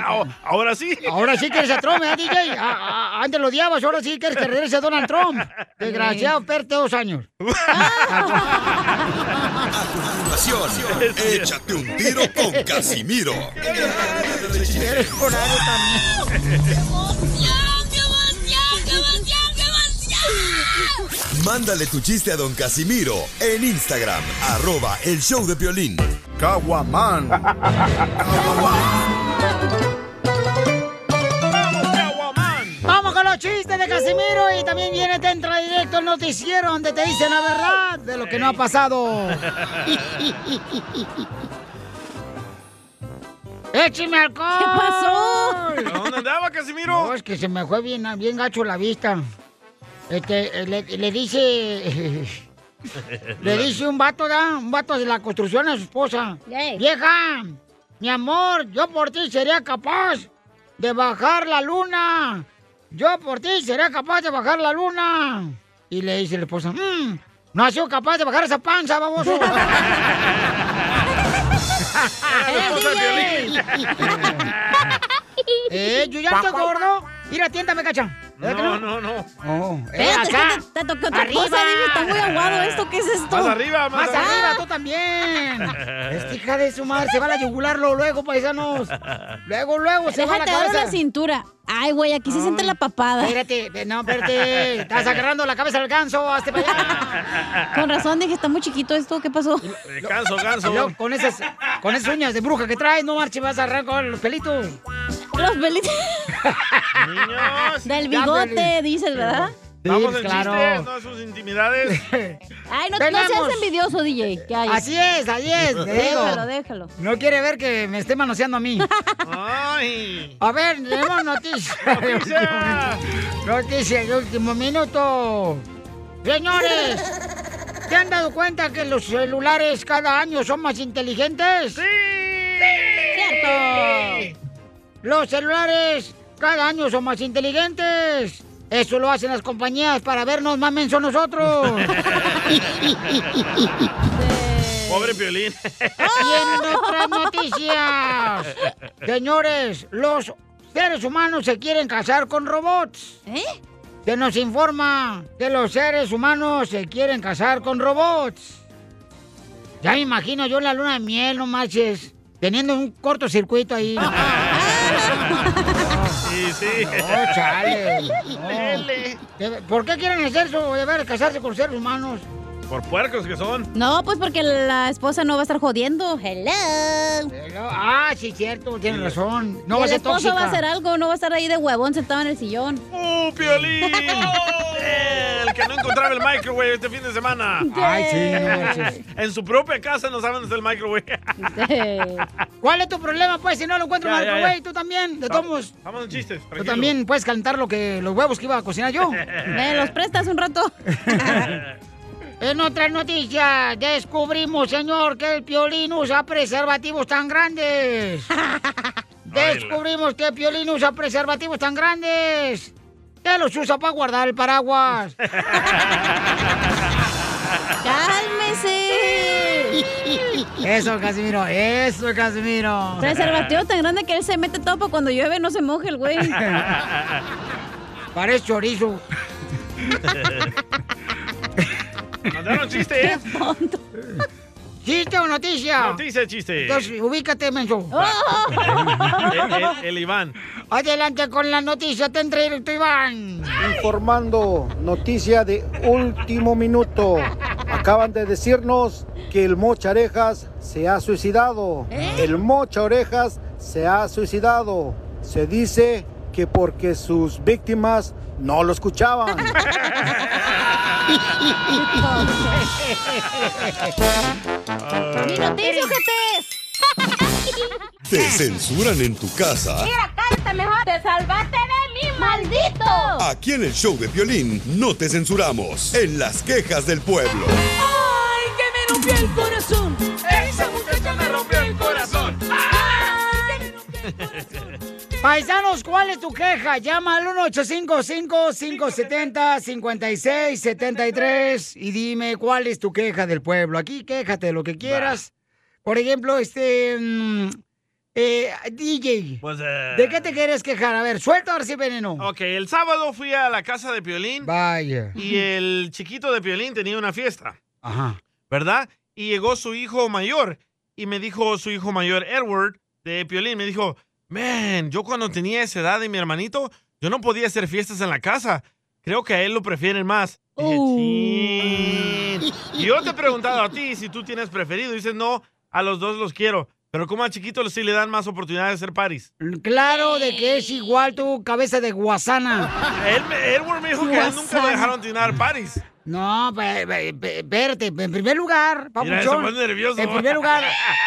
Speaker 3: Ahora- Ahora sí.
Speaker 2: Ahora sí quieres a Trump, ¿eh, DJ? A- a- antes lo odiabas, ahora sí quieres que regrese Donald Trump. Desgraciado, perte dos años. Ah,
Speaker 6: Pasión, échate un tiro con Casimiro. Mándale tu chiste a don Casimiro en Instagram, arroba el show de violín. Caguaman.
Speaker 2: Vamos con los chistes de Casimiro y también viene te entra directo el noticiero donde te dicen la verdad de lo que no ha pasado. ¡Écheme alcohol!
Speaker 3: ¿Qué
Speaker 2: pasó?
Speaker 3: ¿A dónde andaba, Casimiro?
Speaker 2: No, es que se me fue bien, bien gacho la vista. Este, eh, le, le dice... Le dice un vato, ¿da? Un vato de la construcción a su esposa. ¡Vieja! Mi amor, yo por ti sería capaz de bajar la luna. Yo por ti sería capaz de bajar la luna. Y le dice la esposa, "Mm, no has sido capaz de bajar esa panza, baboso. eh, yo ya estoy gordo. Mira, tiéntame, cacha. ¿Verdad que
Speaker 3: No, no, no.
Speaker 2: Eh, acá.
Speaker 4: Espérate, te, te tocó otra cosa, dime, está muy aguado esto, ¿qué es esto?
Speaker 3: Más arriba, más
Speaker 2: Más arriba,
Speaker 3: arriba.
Speaker 2: tú también. Esta hija de su madre se va a la yugular luego, luego, paisanos. Luego, luego se va a la
Speaker 4: Déjate abro
Speaker 2: cabeza.
Speaker 4: la cintura. Ay, güey, aquí se siente la papada.
Speaker 2: Espérate, ve- no, espérate. Estás agarrando la cabeza al ganso, hazte para allá.
Speaker 4: Con razón dije, está muy chiquito esto, ¿qué pasó?
Speaker 3: Ganso, ganso.
Speaker 2: Luego, con esas, con esas uñas de bruja que traes, no marches, vas a arrancar los pelitos.
Speaker 4: Los pelitos. Del bigote, dices, ¿verdad?
Speaker 3: Vamos
Speaker 2: Sí,
Speaker 3: en
Speaker 2: claro.
Speaker 3: chistes, no a sus intimidades.
Speaker 4: Ay, no, no
Speaker 2: Tenemos.
Speaker 4: seas envidioso, DJ. ¿Qué hay?
Speaker 2: Así es, así es, te digo.
Speaker 4: Déjalo, déjalo.
Speaker 2: No quiere ver que me esté manoseando a mí. A ver, tenemos noticias.
Speaker 3: Noticias.
Speaker 2: Noticias de último minuto. Señores, ¿se han dado cuenta que los celulares cada año son más inteligentes? ¡Sí! ¡Cierto! Los celulares cada año son más inteligentes. Eso lo hacen las compañías para vernos más mensos nosotros.
Speaker 3: Pobre Piolín.
Speaker 2: Y en nuestras noticias, señores, los seres humanos se quieren casar con robots. ¿Eh? Se nos informa que los seres humanos se quieren casar con robots. Ya me imagino yo en la luna de miel, no marches, teniendo un cortocircuito ahí.
Speaker 3: Sí, sí.
Speaker 2: No, chale. no. Debe- ¿Por qué quieren hacer eso? Deber casarse con seres humanos.
Speaker 3: Por puercos que son.
Speaker 4: No, pues porque la esposa no va a estar jodiendo. Hello.
Speaker 2: Ah, sí, cierto, tienes razón. No
Speaker 4: Y
Speaker 2: va a
Speaker 4: el
Speaker 2: ser
Speaker 4: esposo
Speaker 2: tóxica.
Speaker 4: va a hacer algo, no va a estar ahí de huevón sentado en el sillón.
Speaker 3: ¡Uh, Piolín! El que no encontraba el microwave este fin de semana.
Speaker 2: Ay, sí, no manches.
Speaker 3: En su propia casa no saben hacer el microwave.
Speaker 2: ¿Cuál es tu problema, pues? Si no lo encuentro,
Speaker 3: Ya,
Speaker 2: Marco,
Speaker 3: ya, ya.
Speaker 2: güey, tú también, de tomos.
Speaker 3: Vamos en chistes.
Speaker 2: Tú
Speaker 3: tranquilo.
Speaker 2: también puedes calentar lo que, los huevos que iba a cocinar yo.
Speaker 3: Me
Speaker 4: los prestas un rato.
Speaker 2: en otras noticias, descubrimos, señor, que el piolín usa preservativos tan grandes. descubrimos que el piolín usa preservativos tan grandes. Que los usa para guardar el paraguas.
Speaker 4: ¡Cálmese!
Speaker 2: Eso, Casimiro, eso, Casimiro.
Speaker 4: Preservativo tan grande que él se mete todo para cuando llueve no se moje el güey.
Speaker 2: Parece chorizo.
Speaker 3: Mandaron chistes.
Speaker 2: ¿Chiste o noticia?
Speaker 3: Noticia, chiste. Ah.
Speaker 2: Entonces, ubícate, menso.
Speaker 3: El, el- el Iván.
Speaker 2: Adelante con la noticia, te entrego, Iván.
Speaker 18: Informando, noticia de último minuto. Acaban de decirnos que el Mocha Orejas se ha suicidado. El Mocha Orejas se ha suicidado. Se dice que porque sus víctimas no lo escuchaban.
Speaker 4: ¡Mi noticia,
Speaker 6: ¿Te censuran en tu casa?
Speaker 16: Mira, cállate mejor. Te salvaste de mí, maldito.
Speaker 6: Aquí en el show de violín no te censuramos. En las quejas del pueblo.
Speaker 16: Ay, que me rompió el corazón. Esa muchacha me rompió el corazón.
Speaker 2: Paisanos, ¿cuál es tu queja? Llama al 1-855-570-5673 y dime cuál es tu queja del pueblo. Aquí quéjate de lo que quieras. Por ejemplo, este... mm, eh, DJ,
Speaker 3: Pues, eh.
Speaker 2: ¿de qué te quieres quejar? A ver, suelta ahora sí veneno.
Speaker 3: Ok, el sábado fui a la casa de Piolín.
Speaker 2: Vaya.
Speaker 3: Y el chiquito de Piolín tenía una fiesta,
Speaker 2: Ajá.
Speaker 3: ¿verdad? Y llegó su hijo mayor. Y me dijo su hijo mayor, Edward, de Piolín, me dijo, man, yo cuando tenía esa edad de mi hermanito, yo no podía hacer fiestas en la casa. Creo que a él lo prefieren más. Y dije,
Speaker 2: Uh.
Speaker 3: "Chin". Y yo te he preguntado a ti si tú tienes preferido. Dices, no, a los dos los quiero. Pero como a chiquito sí le dan más oportunidades de hacer paris.
Speaker 2: Claro de que es igual tu cabeza de guasana.
Speaker 3: Él, me- Edward me dijo que a él nunca
Speaker 2: Guasán.
Speaker 3: le dejaron tirar paris.
Speaker 2: No, pe- pe- pe- espérate, en primer lugar,
Speaker 3: Mira, se
Speaker 2: papuchón,
Speaker 3: pone nervioso.
Speaker 2: En primer lugar,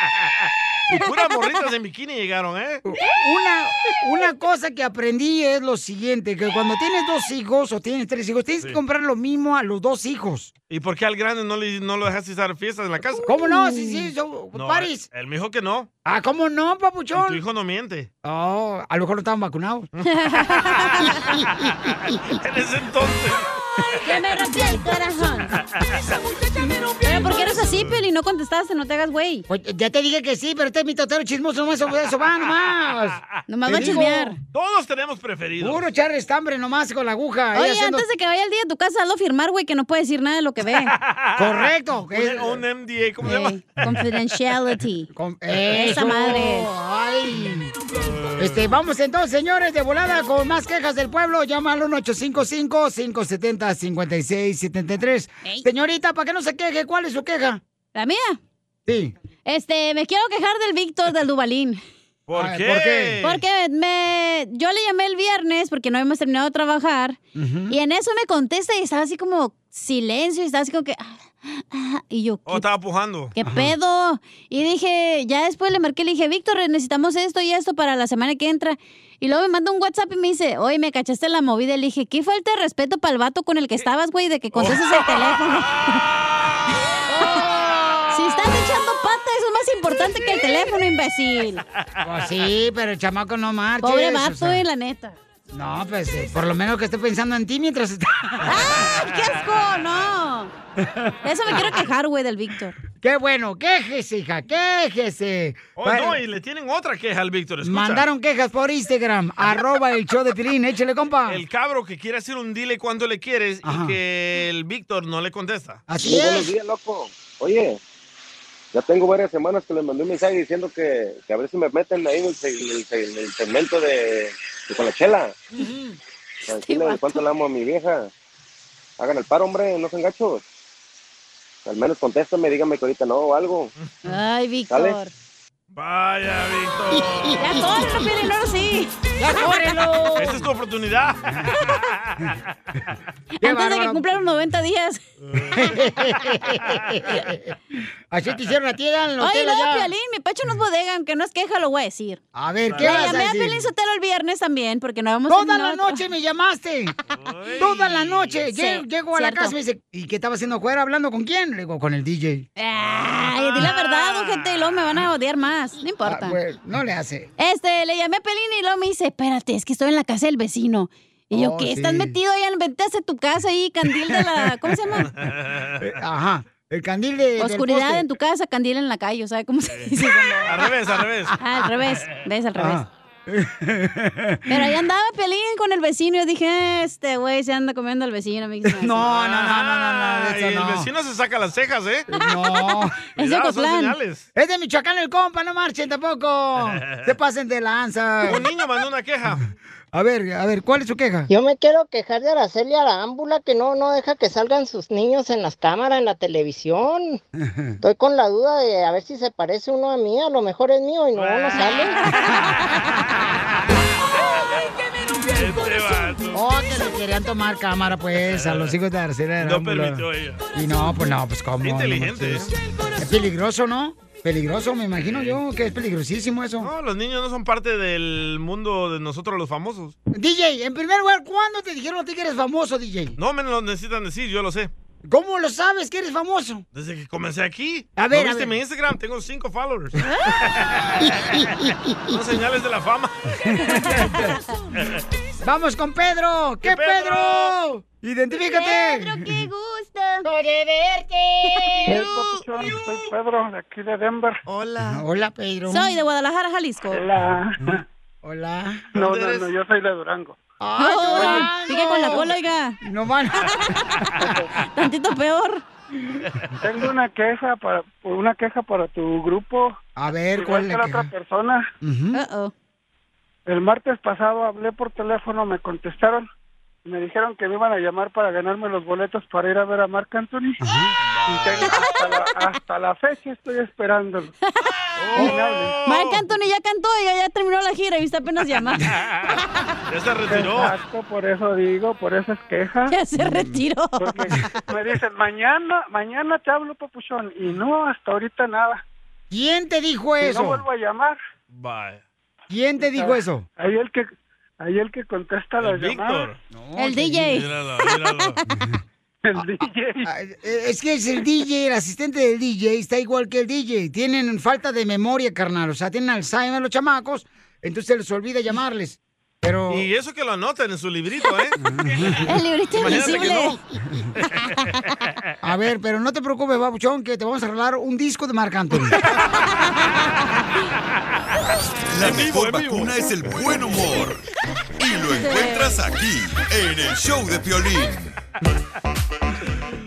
Speaker 3: Y puras morritas en bikini llegaron, ¿eh?
Speaker 2: una, una cosa que aprendí es lo siguiente, que cuando tienes dos hijos o tienes tres hijos, tienes que comprar lo mismo a los dos hijos.
Speaker 3: ¿Y por qué al grande no, le, no lo dejaste hacer fiestas en la casa?
Speaker 2: ¿Cómo no? Sí, sí, son
Speaker 3: No,
Speaker 2: paris.
Speaker 3: Él me dijo que no.
Speaker 2: Ah, ¿cómo no,
Speaker 3: Y tu
Speaker 2: papuchón?
Speaker 3: hijo no miente.
Speaker 2: Oh, a lo mejor no estaban vacunados.
Speaker 3: en ese entonces.
Speaker 4: Que me rompí el corazón. Pero ¿por qué eres así, Peli? No contestaste, no te hagas güey.
Speaker 2: Pues, Ya te dije que sí, pero este es mi totero chismoso, nomás sobre eso va, nomás.
Speaker 4: Nomás
Speaker 2: Te
Speaker 4: va a
Speaker 2: digo,
Speaker 4: chismear.
Speaker 3: Todos tenemos preferidos.
Speaker 2: Puro Charles Stambre nomás con la aguja. ahí
Speaker 4: Oye,
Speaker 2: haciendo-
Speaker 4: antes de que vaya el día a tu casa, hazlo firmar, güey, que no puede decir nada de lo que ve.
Speaker 2: Correcto.
Speaker 3: Un, un MDA, ¿cómo se llama?
Speaker 4: Confidentiality. Esa
Speaker 2: Eso.
Speaker 4: madre.
Speaker 2: Ay. Este, vamos entonces, señores, de volada con más quejas del pueblo. Llama al 1-855-570-5673. Señorita, ¿para qué no se queje? ¿Cuál es su queja?
Speaker 4: ¿La mía?
Speaker 2: Sí.
Speaker 4: Este, me quiero quejar del Víctor del Dubalín.
Speaker 3: ¿Por
Speaker 2: Ay,
Speaker 3: qué?
Speaker 2: ¿por qué?
Speaker 4: Porque me, yo le llamé el viernes porque no habíamos terminado de trabajar. Y en eso me contesta y estaba así como silencio y estaba así como que... ah, ah, y yo,
Speaker 3: Oh, estaba pujando.
Speaker 4: ¿Qué pedo? Y dije, ya después le marqué, le dije, Víctor, necesitamos esto y esto para la semana que entra. Y luego me manda un WhatsApp y me dice, oye, me cachaste la movida. Y le dije, ¿qué falta de respeto para el vato con el que estabas, güey, de que contestes el teléfono? si estás echando pata, eso es más importante que el teléfono, imbécil.
Speaker 2: Pues sí, pero el chamaco no marcha.
Speaker 4: Pobre vato, güey, la neta.
Speaker 2: No, pues eh, por lo menos que esté pensando en ti mientras está.
Speaker 4: ¡Ay, Ah, qué asco! No. Eso me quiero quejar, güey, del Víctor.
Speaker 2: ¡Qué bueno! ¡Quéjese, hija! ¡Quéjese!
Speaker 3: Oh,
Speaker 2: Pa-
Speaker 3: no, y le tienen otra queja al Víctor. Escucha.
Speaker 2: Mandaron quejas por Instagram, arroba el show de Pilín, échale compa.
Speaker 3: El cabro que quiere hacer un dile cuando le quieres y que el Víctor no le contesta.
Speaker 2: Así
Speaker 19: Muy buenos días, loco. Oye, ya tengo varias semanas que les mandé un mensaje diciendo que, que a ver si me meten ahí en el, se- en el se- en el segmento de, de con la chela. Para decirle de cuánto le amo a mi vieja. Hagan el paro, hombre, no se gachos. Al menos contéstame, dígame que ahorita no o algo.
Speaker 4: Ay,
Speaker 19: Víctor.
Speaker 3: Vaya, Víctor.
Speaker 4: Ya córrelo, Piolín, ahora sí.
Speaker 2: Ya córrelo.
Speaker 3: Esta es tu oportunidad.
Speaker 2: Qué
Speaker 4: Antes de que
Speaker 2: bárbaro.
Speaker 4: cumplan los 90 días.
Speaker 2: Así te hicieron a ti, Dan.
Speaker 4: Oye,
Speaker 2: Oye,
Speaker 4: luego, Piolín, mi pecho no es bodega, aunque no es queja, lo voy a decir.
Speaker 2: A ver, ¿qué
Speaker 4: Le
Speaker 2: vas a
Speaker 4: llamé a
Speaker 2: decir?
Speaker 4: Piolín Sotelo el viernes también, porque no habíamos
Speaker 2: Toda
Speaker 4: terminado
Speaker 2: la
Speaker 4: de
Speaker 2: noche me llamaste. Toda la noche.
Speaker 4: Sí,
Speaker 2: Lle- Llego a la
Speaker 4: cierto.
Speaker 2: casa y me dice, ¿y qué estaba haciendo afuera? ¿Hablando con quién? Le digo, con el DJ.
Speaker 4: Ay, di la verdad, ojete, y luego me van a odiar más. No importa.
Speaker 2: Pues, no le hace.
Speaker 4: Este, le llamé a Pelín y luego me dice, espérate, es que estoy en la casa del vecino. Y yo,
Speaker 2: Oh,
Speaker 4: ¿qué?
Speaker 2: sí.
Speaker 4: ¿Estás metido ahí? en- Vete hacia tu casa ahí, candil de la... ¿Cómo se llama?
Speaker 2: Eh, Ajá. El candil de... del
Speaker 4: Oscuridad
Speaker 2: poste.
Speaker 4: en tu casa, candil en la calle, o sea, ¿cómo se dice?
Speaker 3: Al revés, al revés.
Speaker 4: Ah, al revés, ves, al revés.
Speaker 2: Ah.
Speaker 4: Pero ahí andaba Pelín con el vecino y yo dije, este güey se anda comiendo al vecino. Me dice,
Speaker 2: No, no, no, no, no, no,
Speaker 3: Ay,
Speaker 2: eso
Speaker 3: el
Speaker 2: no.
Speaker 3: vecino se saca las cejas, ¿eh?
Speaker 2: No.
Speaker 3: Es de Cuidado, son Ocotlán. señales.
Speaker 2: Es de Michoacán el compa, no marchen tampoco. Se pasen de lanza.
Speaker 3: Un niño mandó una queja.
Speaker 2: A ver, a ver, ¿cuál es su queja?
Speaker 20: Yo me quiero quejar de Araceli Arámbula que no, no deja que salgan sus niños en las cámaras, en la televisión. Estoy con la duda de a ver si se parece uno a mí, a lo mejor es mío y no, no sale.
Speaker 3: Este
Speaker 2: Oh, que le querían tomar cámara, pues, a los hijos de Arcela.
Speaker 3: No permitió ella.
Speaker 2: Y no, pues no, pues cómo.
Speaker 3: Inteligente,
Speaker 2: No manches. es peligroso, ¿no? Peligroso, me imagino yo, que es peligrosísimo eso.
Speaker 3: No, los niños no son parte del mundo de nosotros los famosos.
Speaker 2: DJ, en primer lugar, ¿cuándo te dijeron a ti que eres famoso, DJ?
Speaker 3: No me lo necesitan decir, yo lo sé.
Speaker 2: ¿Cómo lo sabes que eres famoso?
Speaker 3: Desde que comencé aquí.
Speaker 2: A ver,
Speaker 3: ¿No
Speaker 2: a
Speaker 3: viste
Speaker 2: ver.
Speaker 3: mi Instagram? Tengo cinco followers. Son señales de la fama.
Speaker 2: Vamos con Pedro. ¿Qué, Pedro? Identifícate. Pedro,
Speaker 4: qué gusto
Speaker 2: de verte.
Speaker 21: Papuchón, soy Pedro, de aquí de Denver.
Speaker 2: Hola. Hola, Pedro.
Speaker 4: Soy de Guadalajara, Jalisco.
Speaker 21: Hola.
Speaker 2: Hola.
Speaker 21: No, no, no, yo soy de Durango.
Speaker 4: Ay,
Speaker 21: Durango.
Speaker 4: Sigue con la cola, oiga.
Speaker 2: No van.
Speaker 4: Tantito peor.
Speaker 21: Tengo una queja para una queja para tu grupo.
Speaker 2: A ver,
Speaker 21: Igual
Speaker 2: ¿cuál
Speaker 21: que
Speaker 2: es la
Speaker 21: la
Speaker 2: queja?
Speaker 21: otra persona. El martes pasado hablé por teléfono, me contestaron. y Me dijeron que me iban a llamar para ganarme los boletos para ir a ver a Marc Anthony. Y tengo- hasta, la, hasta la fecha estoy esperándolo.
Speaker 2: Oh.
Speaker 4: Marc Anthony ya cantó, oiga, ya terminó la gira y usted apenas llama.
Speaker 3: Ya se retiró.
Speaker 21: Exacto, por eso digo, por eso es queja. Mm,
Speaker 4: Ya se retiró.
Speaker 21: Porque me dicen, mañana, mañana te hablo, papuchón. Y no, hasta ahorita nada.
Speaker 2: ¿Quién te dijo
Speaker 21: Y
Speaker 2: eso?
Speaker 21: no vuelvo a llamar.
Speaker 3: Bye.
Speaker 2: ¿Quién te dijo eso?
Speaker 21: Ahí el que, ahí el que contesta las llamadas.
Speaker 4: El DJ.
Speaker 21: El DJ.
Speaker 2: Eh, Es que es el DJ, el asistente del DJ, está igual que el DJ. Tienen falta de memoria, carnal. O sea, tienen Alzheimer los chamacos, entonces se les olvida llamarles. Pero.
Speaker 3: Y eso que lo anotan en su librito, ¿eh?
Speaker 2: El librito
Speaker 3: Imagínate que
Speaker 2: invisible.
Speaker 3: no.
Speaker 2: A ver, pero no te preocupes, babuchón, que te vamos a regalar un disco de Marc Anthony.
Speaker 6: La mejor vacuna es el buen humor. Y lo encuentras aquí, en el show de Piolín.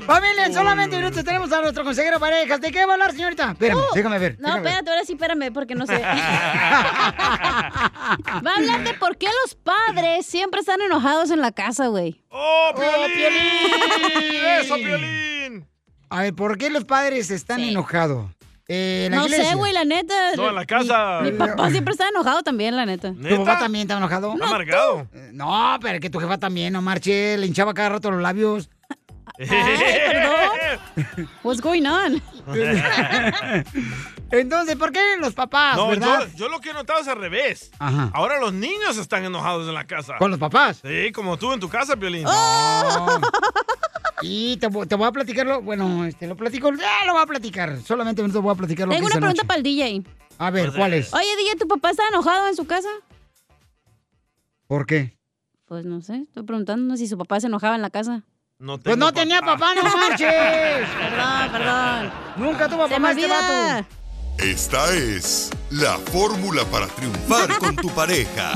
Speaker 2: Familia, en solamente minutos tenemos a nuestro consejero parejas. ¿De qué va a hablar, señorita? Espérame,
Speaker 4: Uh,
Speaker 2: déjame ver.
Speaker 4: No,
Speaker 2: déjame ver.
Speaker 4: espérate, ahora sí, espérame, porque no sé. Va a hablar de por qué los padres siempre están enojados en la casa, güey.
Speaker 3: ¡Oh,
Speaker 2: Piolín!
Speaker 3: ¡Eso, Piolín!
Speaker 2: A ver, ¿por qué los padres están enojados? Eh, ¿en la
Speaker 4: No
Speaker 2: iglesia?
Speaker 4: sé, güey, la neta.
Speaker 2: No, en la casa.
Speaker 4: Mi, mi papá siempre está enojado también, la neta.
Speaker 2: ¿Tu papá también está enojado?
Speaker 4: No,
Speaker 3: Amargado.
Speaker 2: Eh, No, pero que tu jefa también, no marche, le hinchaba cada rato los labios.
Speaker 4: What's going on?
Speaker 2: Entonces, ¿por qué los papás,
Speaker 3: No,
Speaker 2: verdad?
Speaker 3: yo, yo lo que he notado es al revés.
Speaker 2: Ajá.
Speaker 3: Ahora los niños están enojados en la casa.
Speaker 2: ¿Con los papás?
Speaker 3: Sí, como tú en tu casa, Piolín.
Speaker 2: Y te, vo- te voy a platicarlo. Bueno, este, lo platico. Ya lo voy a platicar. Solamente te voy a platicar lo
Speaker 4: Tengo
Speaker 2: que
Speaker 4: una
Speaker 2: hice
Speaker 4: pregunta
Speaker 2: anoche.
Speaker 4: para el DJ.
Speaker 2: A ver, ¿cuál es?
Speaker 4: Oye, DJ, ¿tu papá está enojado en su casa?
Speaker 2: ¿Por qué?
Speaker 4: Pues no sé, estoy preguntando si su papá se enojaba en la casa.
Speaker 3: No
Speaker 2: Pues no tenía papá, no marches.
Speaker 4: Perdón, perdón.
Speaker 2: Nunca tuvo
Speaker 4: Se
Speaker 2: papá
Speaker 4: me
Speaker 2: este
Speaker 4: olvida.
Speaker 2: vato.
Speaker 6: Esta es la fórmula para triunfar con tu pareja.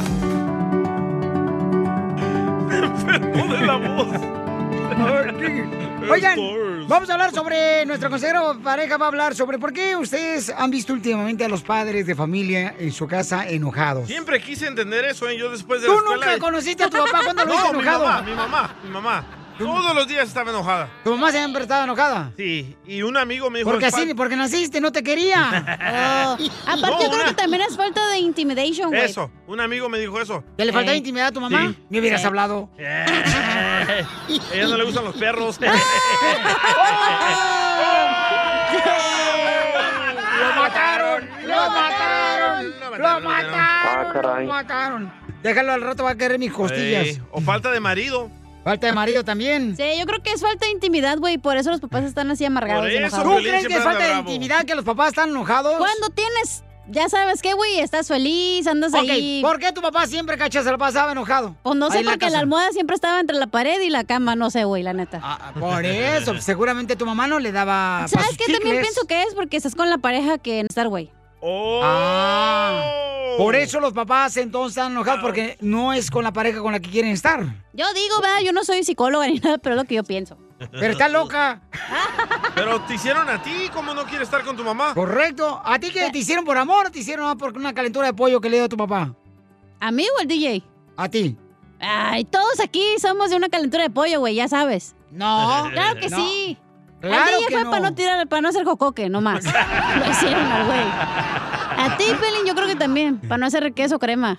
Speaker 2: Oigan, vamos a hablar sobre, nuestro consejero pareja va a hablar sobre por qué ustedes han visto últimamente a los padres de familia en su casa enojados.
Speaker 3: Siempre quise entender eso, ¿eh? Yo después de
Speaker 2: Tú
Speaker 3: la escuela...
Speaker 2: nunca conociste a tu papá cuando
Speaker 3: No,
Speaker 2: lo viste
Speaker 3: mi
Speaker 2: enojado.
Speaker 3: mamá, mi mamá, mi mamá. Todos los días estaba enojada.
Speaker 2: ¿Tu mamá siempre estaba enojada?
Speaker 3: Sí, y un amigo me dijo...
Speaker 2: Porque
Speaker 3: "Espa-
Speaker 2: así, porque naciste, no te quería.
Speaker 4: Oh, Aparte, yo creo que también es falta de intimidation, güey.
Speaker 3: Eso, un amigo me dijo eso.
Speaker 4: ¿Que le faltaba intimidad a tu mamá?
Speaker 2: Ni hubieras hablado.
Speaker 3: Eh, ella no le gustan los perros. Ah,
Speaker 2: ¡Oh! ¡Lo mataron! ¡Lo mataron! ¡Lo mataron! ¡Lo mataron! Déjalo al rato, va a querer mis costillas.
Speaker 3: Eh, o falta de marido.
Speaker 2: Falta de marido también.
Speaker 4: Sí, yo creo que es falta de intimidad, güey. Por eso los papás están así amargados.
Speaker 3: Por
Speaker 4: y
Speaker 3: eso,
Speaker 4: enojados.
Speaker 2: ¿Tú
Speaker 3: Piolín
Speaker 2: crees que
Speaker 3: siempre
Speaker 2: es
Speaker 3: anda
Speaker 2: falta de
Speaker 3: bravo.
Speaker 2: intimidad que los papás están enojados?
Speaker 4: Cuando tienes, ya sabes qué, güey, estás feliz, andas
Speaker 2: Ok,
Speaker 4: ahí.
Speaker 2: ¿por qué tu papá siempre, cacha, se la pasaba enojado?
Speaker 4: Pues no sé,
Speaker 2: Ahí en la
Speaker 4: porque la,
Speaker 2: casa. Ah,
Speaker 4: almohada siempre estaba entre la pared y la cama, no sé, güey, la neta.
Speaker 2: Por eso, seguramente tu mamá no le daba.
Speaker 4: ¿Sabes qué? También pienso que es porque estás con la pareja que no estar, güey.
Speaker 3: ¡Oh!
Speaker 2: Ah, por eso los papás entonces están enojados porque no es con la pareja con la que quieren estar.
Speaker 4: Yo digo, ¿verdad? Yo no soy psicóloga ni nada, pero es lo que yo pienso.
Speaker 2: Pero está loca.
Speaker 3: Pero te hicieron a ti, ¿cómo no quieres estar con tu mamá?
Speaker 2: Correcto. ¿A ti que te hicieron por amor o te hicieron nomás por una calentura de pollo que le dio a tu papá?
Speaker 4: ¿A mí o al DJ?
Speaker 2: A ti.
Speaker 4: Ay, todos aquí somos de una calentura de pollo, güey, ya sabes.
Speaker 2: No.
Speaker 4: Claro que
Speaker 2: No.
Speaker 4: sí.
Speaker 2: Claro
Speaker 4: al DJ
Speaker 2: que
Speaker 4: fue
Speaker 2: no.
Speaker 4: para no tirar, para no hacer jocoque, nomás. lo hicieron al güey. A ti, Pelín, yo creo que también, para no hacer queso crema.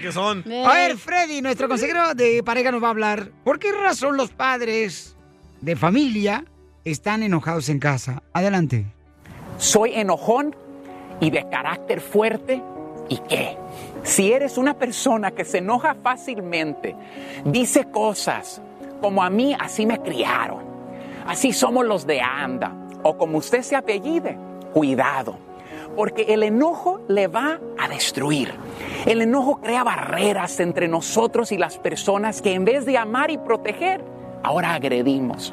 Speaker 3: que son.
Speaker 2: A ver, Freddy, nuestro consejero de pareja nos va a hablar. ¿Por qué razón los padres de familia están enojados en casa? Adelante.
Speaker 22: soy enojón y de carácter fuerte y qué. Si eres una persona que se enoja fácilmente, dice cosas como a mí así me criaron, Así somos los de ANDA, o como usted se apellide, cuidado, porque el enojo le va a destruir. El enojo crea barreras entre nosotros y las personas que en vez de amar y proteger, ahora agredimos.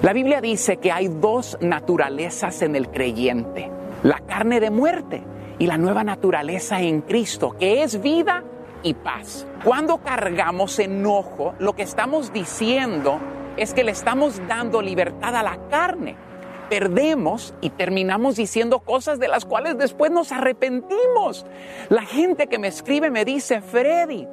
Speaker 22: La Biblia dice que hay dos naturalezas en el creyente, la carne de muerte y la nueva naturaleza en Cristo, que es vida y paz. Cuando cargamos enojo, lo que estamos diciendo es que le estamos dando libertad a la carne. Perdemos y terminamos diciendo cosas de las cuales después nos arrepentimos. La gente que me escribe me dice, Freddy,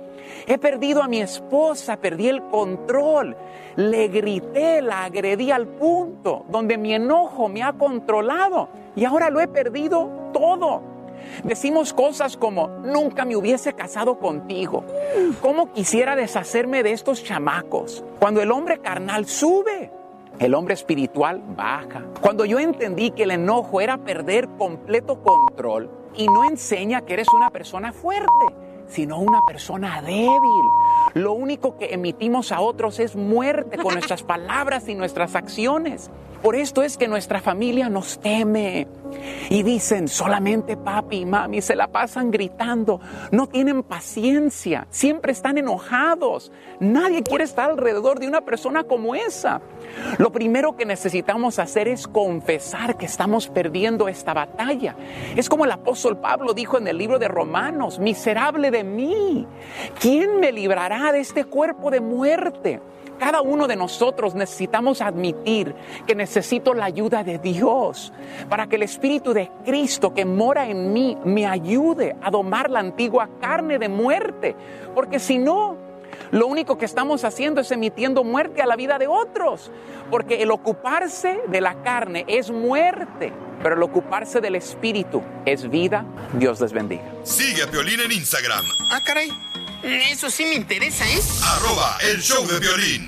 Speaker 22: he perdido a mi esposa, perdí el control, le grité, la agredí al punto donde mi enojo me ha controlado y ahora lo he perdido todo. Decimos cosas como, nunca me hubiese casado contigo. ¿Cómo quisiera deshacerme de estos chamacos? Cuando el hombre carnal sube, el hombre espiritual baja. Cuando yo entendí que el enojo era perder completo control y no enseña que eres una persona fuerte, sino una persona débil. Lo único que emitimos a otros es muerte con nuestras palabras y nuestras acciones. Por esto es que nuestra familia nos teme y dicen solamente papi y mami se la pasan gritando, no tienen paciencia, siempre están enojados, nadie quiere estar alrededor de una persona como esa. Lo primero que necesitamos hacer es confesar que estamos perdiendo esta batalla. Es como el apóstol Pablo dijo en el libro de Romanos, miserable de mí, ¿quién me librará de este cuerpo de muerte? Cada uno de nosotros necesitamos admitir que necesito la ayuda de Dios para que el Espíritu de Cristo que mora en mí me ayude a domar la antigua carne de muerte. Porque si no, lo único que estamos haciendo es emitiendo muerte a la vida de otros. Porque el ocuparse de la carne es muerte, pero el ocuparse del Espíritu es vida. Dios les bendiga.
Speaker 6: Sigue a Violín en Instagram.
Speaker 1: Ah, caray. Eso sí me interesa, ¿eh?
Speaker 6: Arroba el show de violín.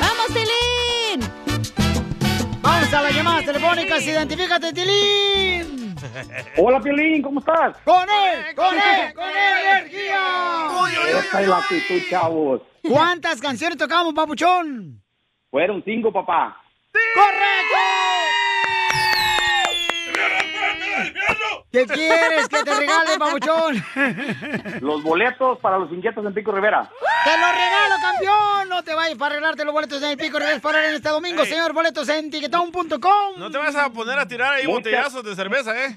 Speaker 4: ¡Vamos, Tilín!
Speaker 2: Vamos a las llamadas telefónicas. Identifícate, Tilín.
Speaker 23: Hola, Piolín, ¿cómo estás?
Speaker 2: ¡Con él! ¡Con él! ¡Con él! ¡Energía!
Speaker 23: Esta es la actitud, chavos.
Speaker 2: ¿Cuántas canciones tocamos, papuchón?
Speaker 23: Fueron cinco, papá.
Speaker 2: ¿Qué quieres que te regale, papuchón?
Speaker 23: Los boletos para los inquietos en Pico Rivera.
Speaker 2: ¡Te lo regalo, campeón! No te vayas para arreglarte los boletos en el pico Rivera para en este domingo, señor. Boletos en tiquetón.com.
Speaker 3: No te vas a poner a tirar ahí
Speaker 23: Muchas-
Speaker 3: botellazos de cerveza, ¿eh?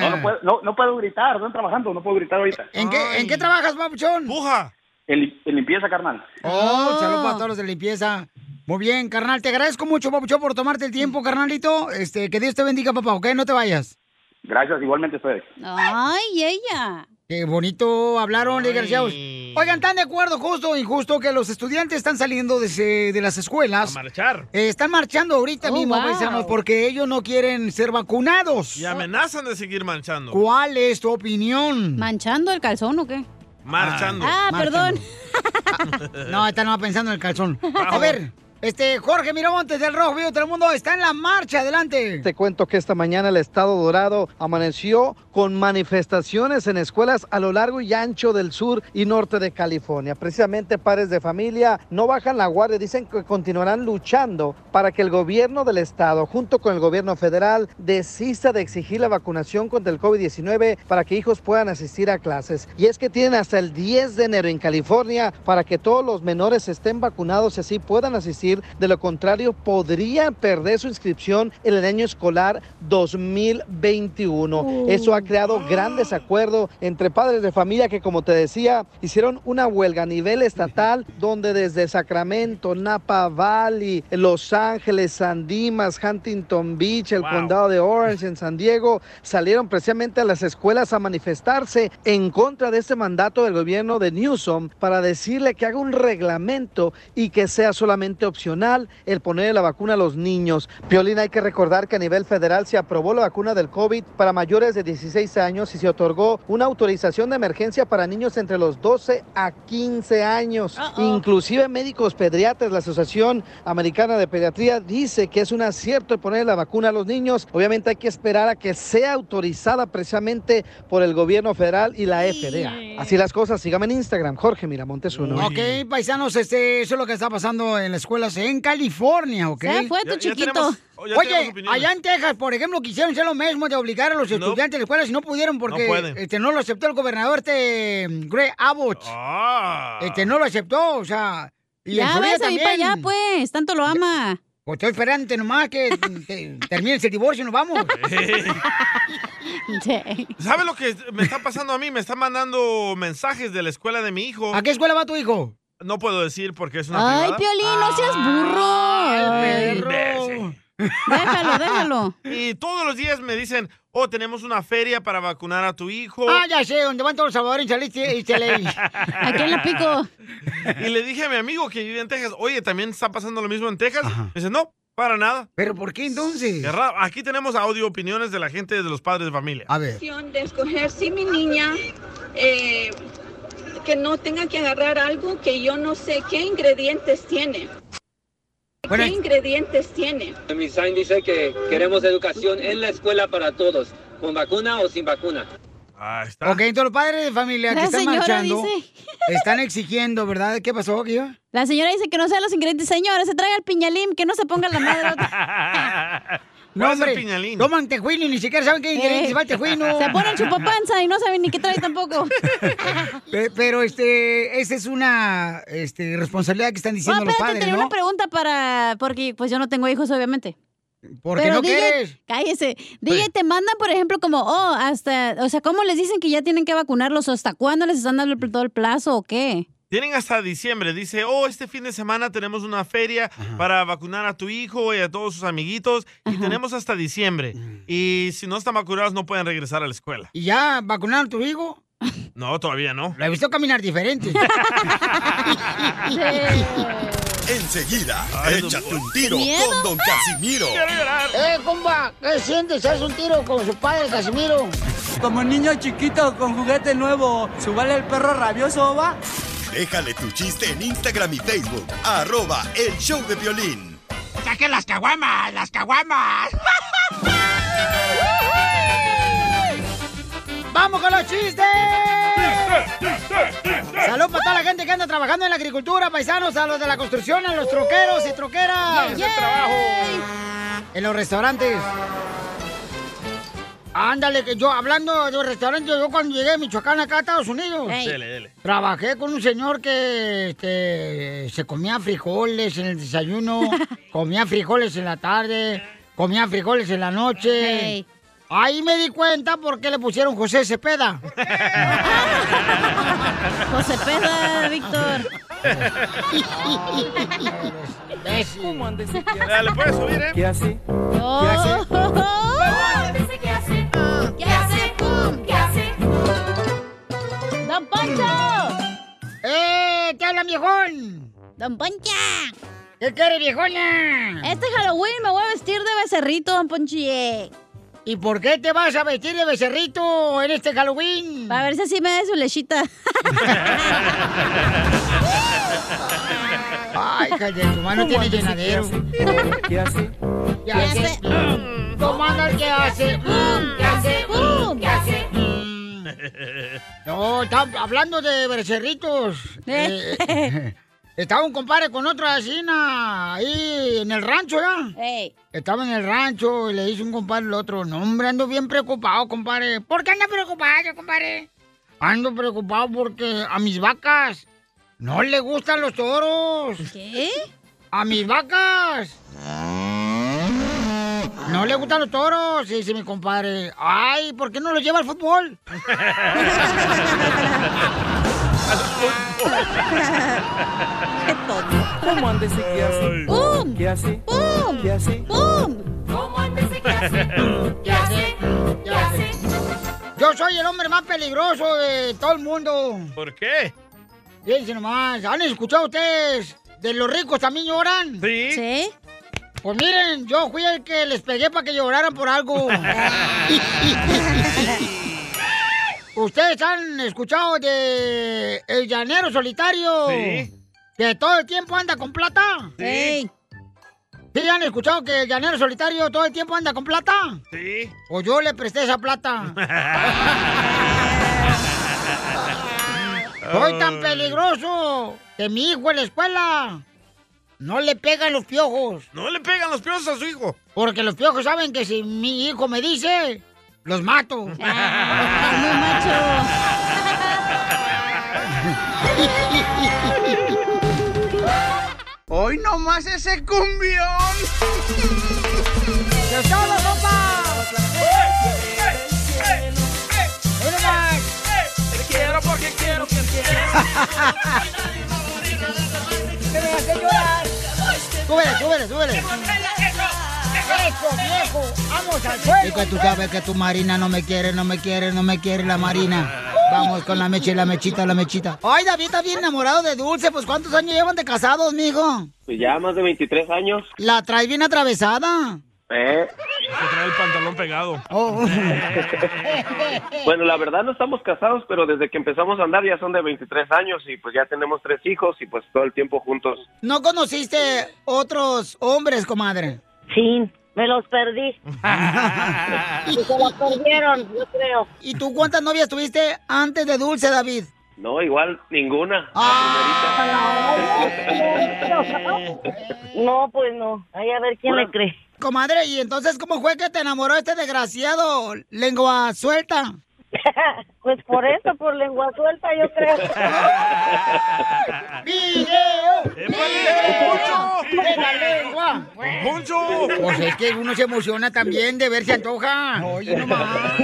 Speaker 23: No, no puedo, no, no puedo gritar, estoy trabajando, no puedo gritar ahorita.
Speaker 2: ¿En qué, ¿En qué trabajas, papuchón?
Speaker 3: ¡Puja!
Speaker 23: En, en limpieza, carnal.
Speaker 2: Oh, saludos
Speaker 3: Ah.
Speaker 2: para todos los de limpieza. Muy bien, carnal. Te agradezco mucho, papuchón, por tomarte el tiempo, carnalito. Este, que Dios te bendiga, papá, ¿ok? No te vayas.
Speaker 23: Gracias, igualmente ustedes.
Speaker 2: Ay, ella. Qué bonito hablaron, desgraciados. Oigan, ¿están de acuerdo, justo o injusto, que los estudiantes están saliendo de, se- de las escuelas? A marchar. están marchando ahorita
Speaker 3: Oh,
Speaker 2: mismo,
Speaker 3: wow.
Speaker 2: paisanos, porque ellos no quieren ser vacunados.
Speaker 3: Y amenazan de seguir manchando.
Speaker 2: ¿Cuál es tu opinión? ¿Manchando el calzón o qué?
Speaker 3: Marchando.
Speaker 2: Ah, perdón. No, esta no va pensando en el calzón. A ver, Este, Jorge Miramontes del Rojo Vivo del Mundo está en la marcha, adelante.
Speaker 7: Te cuento que esta mañana el estado dorado amaneció con manifestaciones en escuelas a lo largo y ancho del sur y norte de California. Precisamente padres de familia no bajan la guardia, dicen que continuarán luchando para que el gobierno del estado junto con el gobierno federal desista de exigir la vacunación contra el COVID-19 para que hijos puedan asistir a clases. Y es que tienen hasta el 10 de enero en California para que todos los menores estén vacunados y así puedan asistir. De lo contrario, podrían perder su inscripción en el año escolar 2021. Eso ha creado gran desacuerdo entre padres de familia que, como te decía, hicieron una huelga a nivel estatal donde desde Sacramento, Napa Valley, Los Ángeles, San Dimas, Huntington Beach, el condado de Orange en San Diego, salieron precisamente a las escuelas a manifestarse en contra de este mandato del gobierno de Newsom para decirle que haga un reglamento y que sea solamente opcional el poner la vacuna a los niños. Piolín, hay que recordar que a nivel federal se aprobó la vacuna del COVID para mayores de 16 años y se otorgó una autorización de emergencia para niños entre los 12 a 15 años. Inclusive médicos pediatras, la Asociación Americana de Pediatría dice que es un acierto el poner la vacuna a los niños. Obviamente hay que esperar a que sea autorizada precisamente por el gobierno federal y la FDA. Así las cosas, síganme en Instagram, Jorge Miramontes uno.
Speaker 2: Ok, paisanos, este, eso es lo que está pasando en las escuelas en California, ¿ok?
Speaker 4: Se fue tu Ya- ya chiquito. tenemos- oh, ya tenemos
Speaker 2: Oye,
Speaker 4: opiniones.
Speaker 2: allá en Texas, por ejemplo, quisieron hacer lo mismo de obligar a los estudiantes de escuelas y no pudieron porque
Speaker 3: pueden.
Speaker 2: este, no lo aceptó el gobernador este Greg Abbott.
Speaker 4: Ah.
Speaker 2: Este no lo aceptó, o sea, y en
Speaker 4: Ya
Speaker 2: Florida
Speaker 4: ves, ahí para
Speaker 2: también.
Speaker 4: allá, pues. Tanto lo ama.
Speaker 2: Pues estoy esperando nomás que te- termine ese divorcio y nos vamos.
Speaker 3: ¿Sabe lo que me está pasando a mí? Me están mandando mensajes de la escuela de mi hijo.
Speaker 2: ¿A qué escuela va tu hijo?
Speaker 3: No puedo decir porque es una
Speaker 4: Ay,
Speaker 3: privada.
Speaker 4: Piolín, no seas burro. Déjalo, déjalo.
Speaker 3: Y todos los días me dicen, oh, tenemos una feria para vacunar a tu hijo.
Speaker 2: Ah, ya sé, donde van todos los salvadoreños al este- este ley. ¿A
Speaker 3: quién la Y le dije a mi amigo que vive en Texas, oye, ¿también está pasando lo mismo en Texas? Me dice, no, para nada.
Speaker 2: ¿Pero por qué entonces?
Speaker 3: Aquí tenemos audio opiniones de la gente de los padres de familia.
Speaker 2: A ver.
Speaker 8: de escoger si mi niña eh, que no tenga que agarrar algo que yo no sé qué ingredientes tiene.
Speaker 10: Bueno,
Speaker 8: ¿Qué ingredientes tiene?
Speaker 10: Mi sign dice que queremos educación en la escuela para todos, con vacuna o sin vacuna.
Speaker 2: Ok, entonces los padres de familia
Speaker 4: La
Speaker 2: que están
Speaker 4: señora
Speaker 2: marchando
Speaker 4: dice.
Speaker 2: están exigiendo, ¿verdad? ¿Qué pasó, Guido?
Speaker 4: La señora dice que no sean los ingredientes. Señora, se traiga el piñalín, que no se ponga la madre. otra-
Speaker 2: No,
Speaker 3: el
Speaker 2: hombre,
Speaker 3: piñalín?
Speaker 2: toman tejuino y ni siquiera saben qué ingredientes
Speaker 4: Eh,
Speaker 2: va el tejuino.
Speaker 4: Se pone el chupapanza y no saben ni qué trae tampoco.
Speaker 2: Pe- Pero, este, esa es una este, responsabilidad que están
Speaker 4: No,
Speaker 2: diciendo los
Speaker 4: espérate,
Speaker 2: padres,
Speaker 4: tenía
Speaker 2: ¿no?
Speaker 4: una pregunta para... Porque pues yo no tengo hijos, obviamente.
Speaker 2: Porque
Speaker 4: Pero
Speaker 2: no
Speaker 4: DJ,
Speaker 2: quieres.
Speaker 4: Cállese. DJ, te mandan, por ejemplo, como, oh, hasta... O sea, ¿cómo les dicen que ya tienen que vacunarlos? ¿O hasta cuándo les están dando el- todo el plazo o qué?
Speaker 3: Tienen hasta diciembre. Dice, oh, este fin de semana tenemos una feria para vacunar a tu hijo y a todos sus amiguitos. Y tenemos hasta diciembre.
Speaker 2: Mm.
Speaker 3: Y si no están vacunados, no pueden regresar a la escuela.
Speaker 2: ¿Y ya vacunaron a tu hijo?
Speaker 3: No, todavía no.
Speaker 2: Lo he visto caminar diferente.
Speaker 6: Enseguida, échate un tiro
Speaker 2: Miedo.
Speaker 6: con Don Casimiro.
Speaker 2: ¡Eh, compa! ¿Qué sientes? ¿Haz un tiro con su padre, Casimiro?
Speaker 11: Como niño chiquito con juguete nuevo, subale el perro rabioso, va.
Speaker 6: Déjale tu chiste en Instagram y Facebook, arroba el show de violín.
Speaker 1: ¡Saquen las caguamas! ¡Las caguamas!
Speaker 2: ¡Vamos con los chistes! Salud para toda la gente que anda trabajando en la agricultura, paisanos, a los de la construcción, a los troqueros y troqueras.
Speaker 1: Yay.
Speaker 2: En los restaurantes. Ándale, que yo hablando de los restaurantes, yo cuando llegué a Michoacán acá a Estados Unidos.
Speaker 3: Dele, dele.
Speaker 2: Trabajé con un señor que este, se comía frijoles en el desayuno, comía frijoles en la tarde, comía frijoles en la noche. Ahí me di cuenta por qué le pusieron José Cepeda.
Speaker 4: José Cepeda, Víctor.
Speaker 2: ¿Cómo
Speaker 1: andes?
Speaker 3: Dale, puedes subir, ¿eh?
Speaker 1: ¿Qué hace?
Speaker 4: ¿Qué hace?
Speaker 1: ¿Qué hace? ¿Qué hace? ¿Qué hace?
Speaker 4: ¡Don Poncho!
Speaker 2: ¡Eh! ¡Te hablan, viejón!
Speaker 4: ¡Don Poncha!
Speaker 2: ¿Qué quiere, viejona?
Speaker 4: Este Halloween me voy a vestir de becerrito, don Ponchi.
Speaker 2: ¿Y por qué te vas a vestir de becerrito en este Halloween?
Speaker 4: Para ver si así me da su lechita.
Speaker 2: Ay, cállate, tu mano tiene llenadero.
Speaker 1: ¿Qué hace?
Speaker 2: ¿Qué hace? ¿Cómo anda el que hace? Mm, ¿Qué hace? Mm, ¿Qué hace? No, está hablando de becerritos. Eh, estaba un compadre con otra vecina ahí en el rancho, ¿verdad? Estaba en el rancho y le dice un compadre al otro, no, hombre, ando bien preocupado, compadre. ¿Por qué anda preocupado, compadre? Ando preocupado porque a mis vacas no le gustan los toros. ¿Qué? A mis vacas. No le gustan los toros, dice mi compadre. Ay, ¿por qué no los lleva al fútbol?
Speaker 1: Qué tonto. ¿Cómo anda ese que hace? ¡Pum! ¿Qué hace? ¡Pum! ¿Qué hace? ¡Pum! ¿Cómo anda ese que hace? ¿Qué hace? ¿Qué hace?
Speaker 2: Yo soy el hombre más peligroso de todo el mundo.
Speaker 3: ¿Por qué?
Speaker 2: Fíjense nomás, ¿han escuchado ustedes de los ricos también lloran?
Speaker 3: Sí.
Speaker 2: Sí. Pues miren, yo fui el que les pegué para que lloraran por algo. Ustedes han escuchado de El Llanero Solitario.
Speaker 1: Sí.
Speaker 2: Que todo el tiempo anda con plata.
Speaker 1: Sí.
Speaker 2: ¿Sí han escuchado que el Llanero Solitario todo el tiempo anda con plata?
Speaker 3: Sí.
Speaker 2: O yo le presté esa plata. Soy tan peligroso que mi hijo en la escuela no le pegan los piojos.
Speaker 3: No le pegan los piojos a su hijo.
Speaker 2: Porque los piojos saben que si mi hijo me dice, los mato.
Speaker 1: Hoy nomás ese cumbión.
Speaker 2: ¡Se la ropa! ¡Mira más!
Speaker 1: Te quiero porque quiero que quieras.
Speaker 2: ¡Que me hace llorar! Súbele, súbele, súbele. ¡Eso, viejo! ¡Vamos al
Speaker 1: fuego!
Speaker 2: Y que tú sabes que tu Marina no me quiere, no me quiere, no me quiere la Marina. Vamos con la mecha y la mechita, la mechita. Ay, David está bien enamorado de Dulce. Pues, ¿cuántos años llevan de casados, mijo?
Speaker 19: Pues ya más de 23 años.
Speaker 2: La traes bien atravesada.
Speaker 19: Eh,
Speaker 3: Se trae el pantalón pegado.
Speaker 19: Bueno, la verdad no estamos casados, pero desde que empezamos a andar ya son de 23 años y pues ya tenemos tres hijos y pues todo el tiempo juntos.
Speaker 2: ¿No conociste otros hombres, comadre?
Speaker 20: Sí, me los perdí.
Speaker 2: Y se los perdieron, yo creo. ¿Y tú cuántas novias tuviste antes de Dulce, David?
Speaker 19: No, igual ninguna.
Speaker 20: No, pues no. Ahí a ver quién le cree.
Speaker 2: Comadre, ¿y entonces cómo fue que te enamoró este desgraciado? Lengua suelta.
Speaker 20: Pues por eso, por lengua suelta, yo creo.
Speaker 2: ¡De la lengua!
Speaker 3: ¡Poncho!
Speaker 2: Pues es que uno se emociona también de ver se antoja. Oye, no más.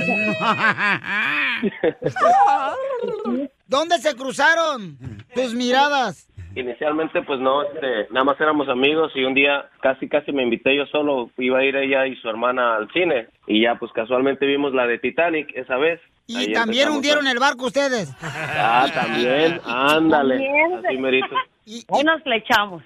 Speaker 2: ¿Dónde se cruzaron tus miradas?
Speaker 19: Inicialmente pues no, este, nada más éramos amigos y un día casi casi me invité yo solo, iba a ir ella y su hermana al cine y ya pues casualmente vimos la de Titanic esa vez.
Speaker 2: Y también hundieron el barco ustedes.
Speaker 19: Ah, también, ándale.
Speaker 20: También.
Speaker 19: Así merito.
Speaker 20: Hoy nos flechamos.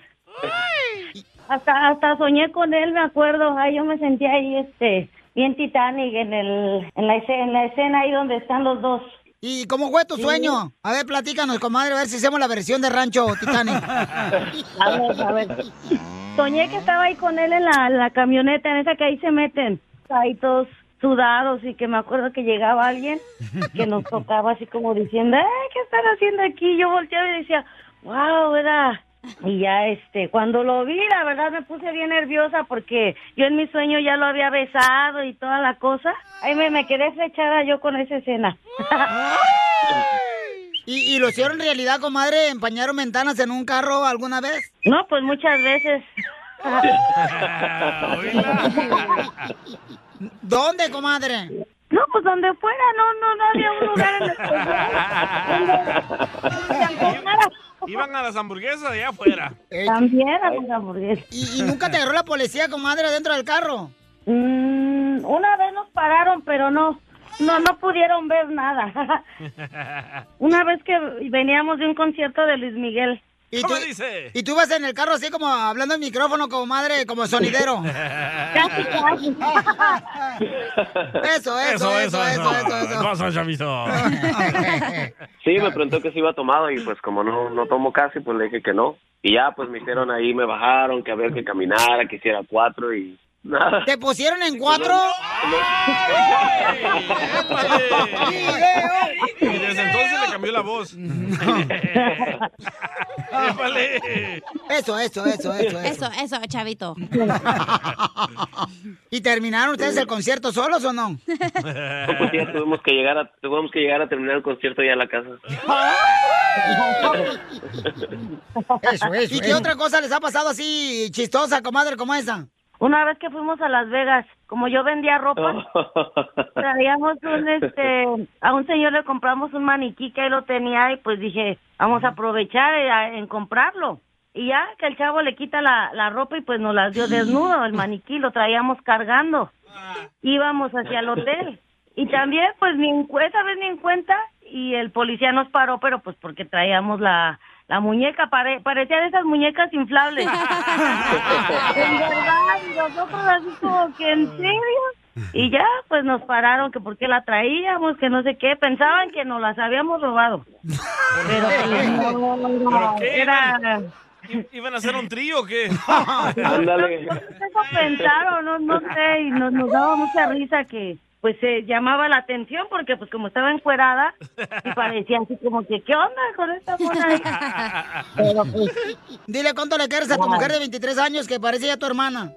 Speaker 20: Hasta, hasta soñé con él, me acuerdo. Ay, yo me sentía ahí, este, bien Titanic en el, en la escena, en la escena ahí donde están los dos.
Speaker 2: ¿Y cómo fue tu
Speaker 20: Sí.
Speaker 2: sueño? A ver, platícanos, comadre, a ver si hacemos la versión de Rancho Titanic.
Speaker 20: A ver, a ver. Soñé que estaba ahí con él en la, la camioneta, en esa que ahí se meten, ahí todos sudados y que me acuerdo que llegaba alguien que nos tocaba así como diciendo, "Ay, ¿qué están haciendo aquí? Yo volteaba y decía, wow, era... Y ya, este, cuando lo vi, la verdad me puse bien nerviosa porque yo en mi sueño ya lo había besado y toda la cosa. Ahí me, me quedé flechada yo con esa escena.
Speaker 2: ¿Y, y lo hicieron realidad, comadre? ¿Empañaron ventanas en un carro alguna vez?
Speaker 20: No, pues muchas veces.
Speaker 2: ¿Dónde, comadre?
Speaker 20: No, pues donde fuera, no, no, no había un lugar en
Speaker 3: Iban a las hamburguesas de allá afuera.
Speaker 20: También a los hamburguesas.
Speaker 2: ¿Y, y nunca te agarró la policía, comadre, dentro del carro?
Speaker 20: Mm, una vez nos pararon, pero no, no, no pudieron ver nada. una vez que veníamos de un concierto de Luis Miguel
Speaker 2: Y
Speaker 3: ¿Cómo
Speaker 2: tú-
Speaker 3: dice?
Speaker 2: Y tú vas en el carro así como hablando al micrófono como madre, como sonidero.
Speaker 1: Casi,
Speaker 2: casi. Eso, eso, eso, eso, eso, eso.
Speaker 3: Cosa, chavito.
Speaker 19: Sí,
Speaker 2: Ah.
Speaker 19: me preguntó que si iba tomado y pues como no, no tomo casi, pues le dije que no. Y ya pues me hicieron ahí, me bajaron, que a ver que caminara, que hiciera cuatro y nada.
Speaker 2: ¿Te pusieron en cuatro?
Speaker 3: Y desde entonces le cambió la voz. Épale.
Speaker 2: Eso, eso, eso, eso,
Speaker 4: Eso,
Speaker 2: eso.
Speaker 4: eso, chavito.
Speaker 2: ¿Y terminaron ustedes el concierto solos o no?
Speaker 19: No, pues ya tuvimos que llegar a, tuvimos que llegar a terminar el concierto ya a la casa.
Speaker 2: Ah. Eso, eso. ¿Y qué otra cosa les ha pasado así chistosa, comadre, como esa?
Speaker 20: Una vez que fuimos a Las Vegas, como yo vendía
Speaker 1: Oh.
Speaker 20: ropa, traíamos un, este, a un señor le compramos un maniquí que él lo tenía y pues dije, vamos a aprovechar eh, a- en comprarlo. Y ya que el chavo le quita la, la ropa y pues nos las dio desnudo, el maniquí lo traíamos cargando. Íbamos hacia el hotel. Y también pues ni en, cu- esa vez ni en cuenta y el policía nos paró, pero pues porque traíamos la, la muñeca, pare- parecía de esas muñecas inflables. En verdad, y nosotros así como que en serio. Y ya, pues nos pararon que por qué la traíamos, que no sé qué. Pensaban que nos las habíamos robado. Pero pues, no, no,
Speaker 3: ¿Pero
Speaker 20: no,
Speaker 3: qué?
Speaker 20: era...
Speaker 3: ¿Iban a hacer un trío o qué?
Speaker 19: Ándale.
Speaker 20: Eso pensaron, no, no sé, y nos, nos daba mucha risa que pues se llamaba la atención porque pues como estaba encuerada y parecía así como que, ¿qué onda con esta mona ahí? Pero, pues,
Speaker 2: Dile cuánto le quieres a tu
Speaker 19: Wow.
Speaker 2: mujer de 23 años que parece ya tu hermana.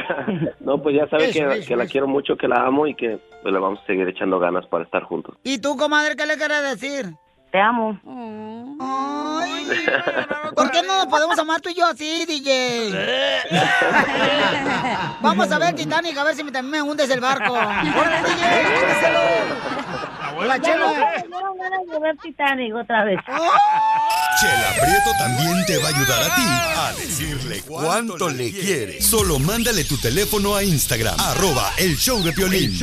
Speaker 19: no, pues ya sabe
Speaker 2: Eso,
Speaker 19: que,
Speaker 2: eso,
Speaker 19: que la quiero mucho, que la amo y que pues, le vamos a seguir echando ganas para estar juntos.
Speaker 2: ¿Y tú, comadre, qué le quieres decir?
Speaker 20: Te amo.
Speaker 2: ¿Por qué no nos podemos amar tú y yo así, DJ? Vamos a ver Titanic, a ver si me- también me hundes el barco. ¡Órale, DJ! ¡Húndeselo! La chela.
Speaker 20: Me dieron ganas de ver Titanic otra vez.
Speaker 3: ¡Ah!
Speaker 6: Chela Prieto también te va a ayudar a ti a Ah. decirle cuánto le quiere. Solo mándale tu teléfono a Instagram, arroba el show de Piolín.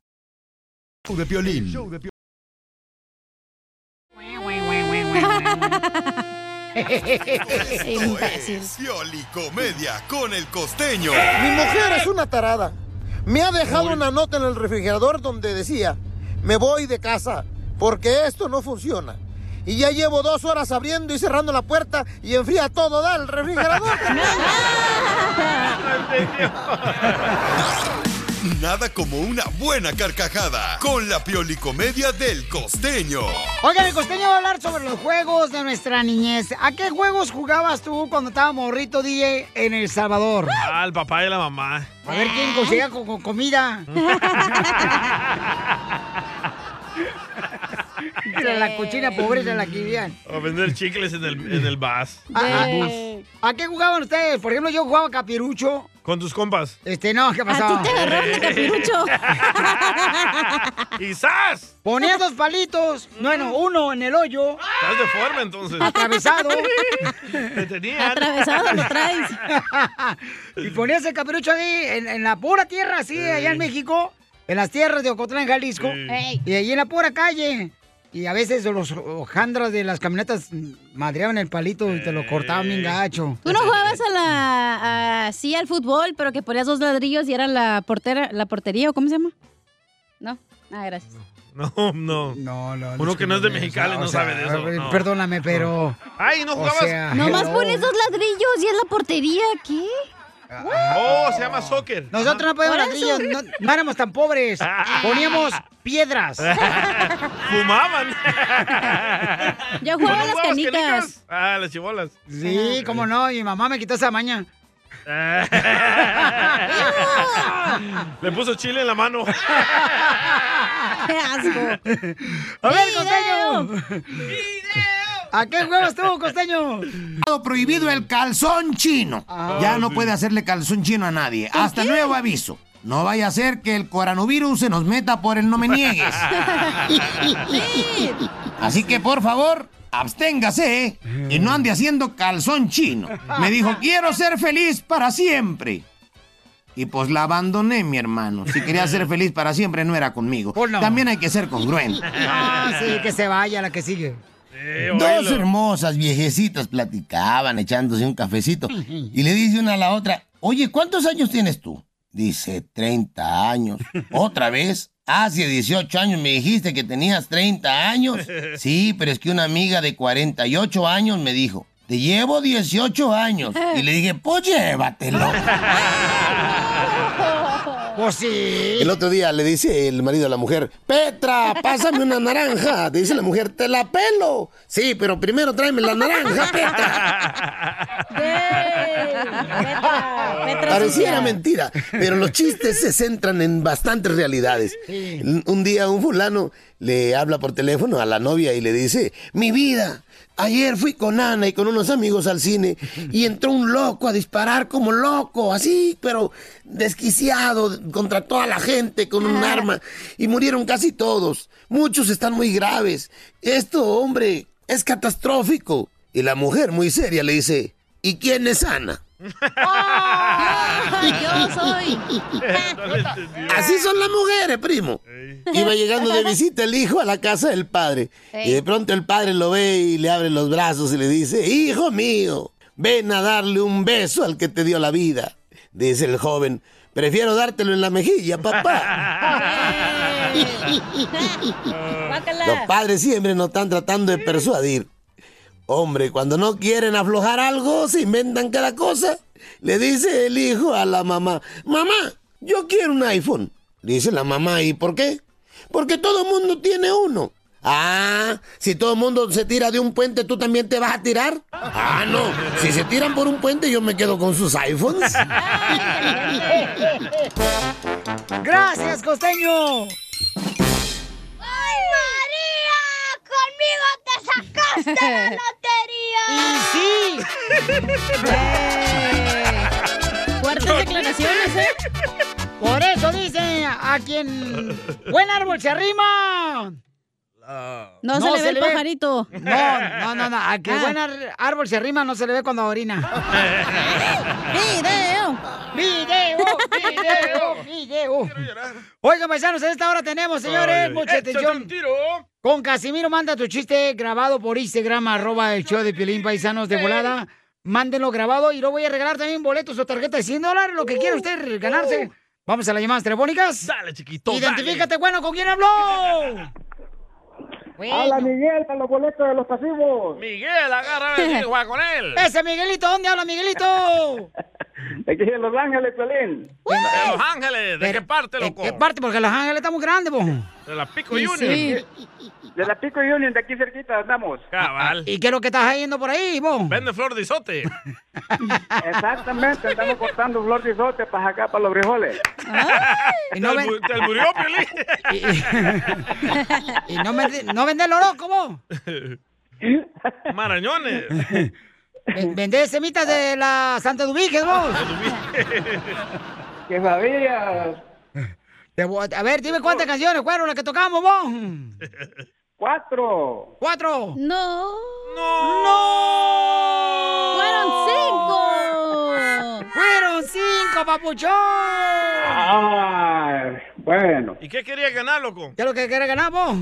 Speaker 6: Show de Piolín.
Speaker 1: Imbécil.
Speaker 6: Pioli Comedia con el costeño.
Speaker 12: Mi mujer es una tarada. Me ha dejado una nota en el refrigerador donde decía, me voy de casa porque esto no funciona. Y ya llevo dos horas abriendo y cerrando la puerta y enfría todo, da el refrigerador.
Speaker 6: Nada como una buena carcajada con la Pioli Comedia del costeño.
Speaker 2: Oigan, el costeño va a hablar sobre los juegos de nuestra niñez. ¿A qué juegos jugabas tú cuando estaba morrito, DJ, en El Salvador?
Speaker 3: Ah, el papá y la mamá.
Speaker 2: A ver
Speaker 3: ¿Eh?
Speaker 2: quién conseguía con, con comida. Mira la cochina pobre de la que vivían.
Speaker 3: O vender chicles en el, en el bus.
Speaker 2: ¿A,
Speaker 3: En
Speaker 2: a-
Speaker 3: el bus.
Speaker 2: pues, a qué jugaban ustedes? Por ejemplo, yo jugaba capirucho.
Speaker 3: Con tus compas.
Speaker 2: Este, no, ¿qué pasaba?
Speaker 3: ti Ah, te agarraron de capirucho. ¡Quizás!
Speaker 2: Ponías dos palitos, bueno, uno en el hoyo,
Speaker 3: Estás deforme entonces.
Speaker 2: atravesado.
Speaker 3: Te tenían.
Speaker 2: y ponías el capirucho ahí, en, en la pura tierra, así, allá en México, en las tierras de Ocotlán, Jalisco,
Speaker 1: Sí. Ey.
Speaker 2: y ahí en la pura calle. Y a veces los hojandras de las camionetas madreaban el palito y te lo cortaban
Speaker 3: Eh.
Speaker 2: bien gacho.
Speaker 4: Tú no jugabas a la, a- sí, al fútbol, pero que ponías dos ladrillos y era la portera, la portería, ¿o cómo se llama? No. Ah, gracias.
Speaker 3: No, no.
Speaker 2: No, no.
Speaker 3: Uno que no es de Mexicali no
Speaker 2: O sea,
Speaker 3: sabe de eso.
Speaker 2: eh,
Speaker 3: no.
Speaker 2: Perdóname, pero.
Speaker 3: Ay, no
Speaker 2: o
Speaker 3: jugabas.
Speaker 2: sea,
Speaker 4: Nomás
Speaker 2: no.
Speaker 4: pones dos ladrillos y es la portería, ¿qué?
Speaker 3: Oh, se llama soccer.
Speaker 2: Nosotros no podíamos
Speaker 4: Por eso.
Speaker 2: ladrillos, no, no éramos tan pobres.
Speaker 3: Ah.
Speaker 2: Poníamos piedras.
Speaker 3: Fumaban.
Speaker 2: Yo jugaba
Speaker 3: ¿Tú no
Speaker 2: las
Speaker 3: jugabas
Speaker 2: canicas.
Speaker 3: Ah, las chibolas.
Speaker 2: Sí, cómo no, mi mamá me quitó esa maña.
Speaker 3: Le puso chile en la mano.
Speaker 2: ¡Qué asco! A ver, costeño. ¿A qué juegas tú, costeño? Ah.
Speaker 14: Prohibido el calzón chino. ya no
Speaker 2: sí.
Speaker 14: puede hacerle calzón chino a nadie. Hasta nuevo aviso. No vaya a ser que el coronavirus se nos meta por el no me niegues. Así que por favor, absténgase ¿eh? y no ande haciendo calzón chino. Me dijo, quiero ser feliz para siempre. Y pues la abandoné, mi hermano. Si quería ser feliz para siempre, no era conmigo. También hay que ser congruente.
Speaker 2: Oh, Ah, sí, que se vaya la que sigue.
Speaker 3: Eh,
Speaker 14: Dos hermosas viejecitas platicaban echándose un cafecito. Y le dice una a la otra, oye, ¿cuántos años tienes tú? Dice, 30 años. ¿Otra vez? Hace 18 años me dijiste que tenías 30 años. Sí, pero es que una amiga de 48 años me dijo, te llevo 18 años. Y le dije, pues llévatelo.
Speaker 2: Pues sí.
Speaker 13: El otro día le dice el marido a la mujer, Petra, pásame una naranja. Dice la mujer, te la pelo. Sí, pero primero tráeme la naranja, Petra. Pareciera Ah, mentira, pero los chistes se centran en bastantes realidades. Un- Un día un fulano le habla por teléfono a la novia y le dice, mi vida, ayer fui con Ana y con unos amigos al cine y entró un loco a disparar como loco, así, pero desquiciado contra toda la gente con un arma y murieron casi todos. Muchos están muy graves. Esto, hombre, es catastrófico. Y la mujer muy seria le dice, ¿y quién es Ana?
Speaker 1: Yo soy.
Speaker 13: Así son las mujeres, primo. Iba llegando de visita el hijo a la casa del padre.
Speaker 14: Ey.
Speaker 13: Y de pronto el padre lo ve y le abre los brazos y le dice, hijo mío, ven a darle un beso al que te dio la vida. Dice el joven, prefiero dártelo en la mejilla, papá. Los padres siempre nos están tratando de persuadir. Hombre, cuando no quieren aflojar algo, se inventan cada cosa. Le dice el hijo a la mamá, mamá, yo quiero un iPhone. Dice la mamá, ¿y por qué? Porque todo el mundo tiene uno. Ah, si todo el mundo se tira de un puente, ¿tú también te vas a tirar? Ah, no. Si se tiran por un puente, yo me quedo con sus iPhones.
Speaker 2: Gracias, costeño.
Speaker 16: ¡Ay, María! ¡Conmigo te sacaste la lotería!
Speaker 2: sí!
Speaker 4: Fuertes declaraciones, ¿eh?
Speaker 2: Por eso dicen a quien buen árbol se arrima.
Speaker 4: No se le ve el pajarito.
Speaker 2: No, no, no, no. A que
Speaker 4: Ah.
Speaker 2: buen ar- árbol se arrima no se le ve cuando orina.
Speaker 4: ¡Video!
Speaker 2: ¡Video! ¡Video! ¡Video! Oigan, paisanos, a esta hora tenemos,
Speaker 1: Ay,
Speaker 2: señores,
Speaker 1: ay.
Speaker 2: mucha
Speaker 1: Échate
Speaker 2: atención.
Speaker 1: un
Speaker 2: Con Casimiro, manda tu chiste grabado por Instagram, arroba el show de Piolín Paisanos de volada. Mándenlo grabado y lo voy a regalar también boletos o tarjeta de 100 dólares, lo que quiera
Speaker 3: Uh,
Speaker 2: usted ganarse. Vamos a las llamadas telefónicas. Dale, chiquito. Identifícate, bueno, ¿con quién habló?
Speaker 23: Hola, Miguel, para los boletos de los pasivos.
Speaker 3: Miguel, agárrame y juega con él.
Speaker 2: Ese Miguelito, ¿dónde habla Miguelito?
Speaker 23: Aquí en Los Ángeles, Pelín.
Speaker 3: De Los Ángeles, ¿de
Speaker 2: Pero-
Speaker 3: qué parte, loco?
Speaker 2: ¿Qué parte? Porque Los Ángeles está muy grande, vos.
Speaker 3: De la Pico ¿eh?
Speaker 2: Sí,
Speaker 3: Union.
Speaker 2: sí.
Speaker 23: De la Pico Union, de aquí cerquita andamos.
Speaker 3: Cabal.
Speaker 2: ¿Y qué es lo que estás yendo por ahí, vos?
Speaker 3: Vende flor de isote.
Speaker 23: Exactamente, andamos cortando flor de izote para acá, para los frijoles.
Speaker 2: Y no ven-
Speaker 3: ¿Te murió, Piolín?
Speaker 2: Y no, vende- no vende el oro, ¿cómo?
Speaker 3: Marañones.
Speaker 2: Ven- Vende semitas de la Santa Dubiges, vos.
Speaker 23: ¡Qué babías!
Speaker 2: Te voy A a ver, dime cuántas canciones fueron las que tocamos, vos.
Speaker 23: Cuatro.
Speaker 2: Cuatro.
Speaker 4: No.
Speaker 3: No.
Speaker 4: Fueron cinco.
Speaker 2: Fueron cinco, papuchón.
Speaker 21: Ah,
Speaker 23: Ay, bueno.
Speaker 3: ¿Y qué querías ganar, loco?
Speaker 2: ¿Qué es lo que quieres ganar, vos?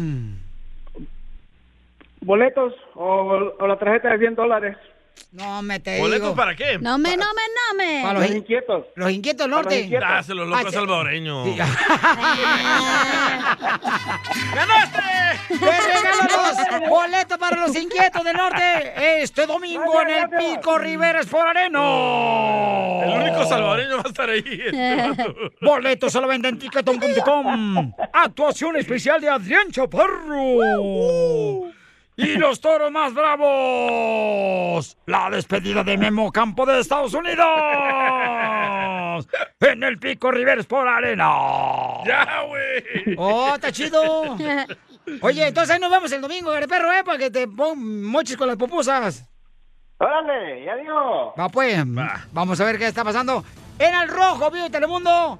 Speaker 23: ¿Boletos o, o la tarjeta de 100 dólares?
Speaker 2: No me te
Speaker 3: ¿Boletos
Speaker 2: digo.
Speaker 3: para qué?
Speaker 4: No me, no me, no me.
Speaker 2: Para los inquietos. Los inquietos del norte.
Speaker 3: Ah, los locos salvadoreños.
Speaker 2: ah, ¡Te regalo los boletos para los inquietos del norte este domingo en el Pico Rivera por Areno!
Speaker 3: El único salvadoreño va a estar ahí.
Speaker 1: Eh.
Speaker 3: este
Speaker 2: Boletos solo venden en ticketon.com. Actuación especial de Adrián Chaparro. Y los toros más bravos. La despedida de Memo Campo de Estados Unidos. En el Pico Rivers por Arena.
Speaker 3: ¡Ya, güey!
Speaker 2: ¡Oh, está chido! Oye, entonces ahí nos vemos el domingo, el perro, ¿eh? Para que te pon- moches con las pupusas.
Speaker 21: ¡Órale! ¡Ya digo!
Speaker 2: Va, pues. Vamos a ver qué está pasando. En el rojo, vivo de Telemundo.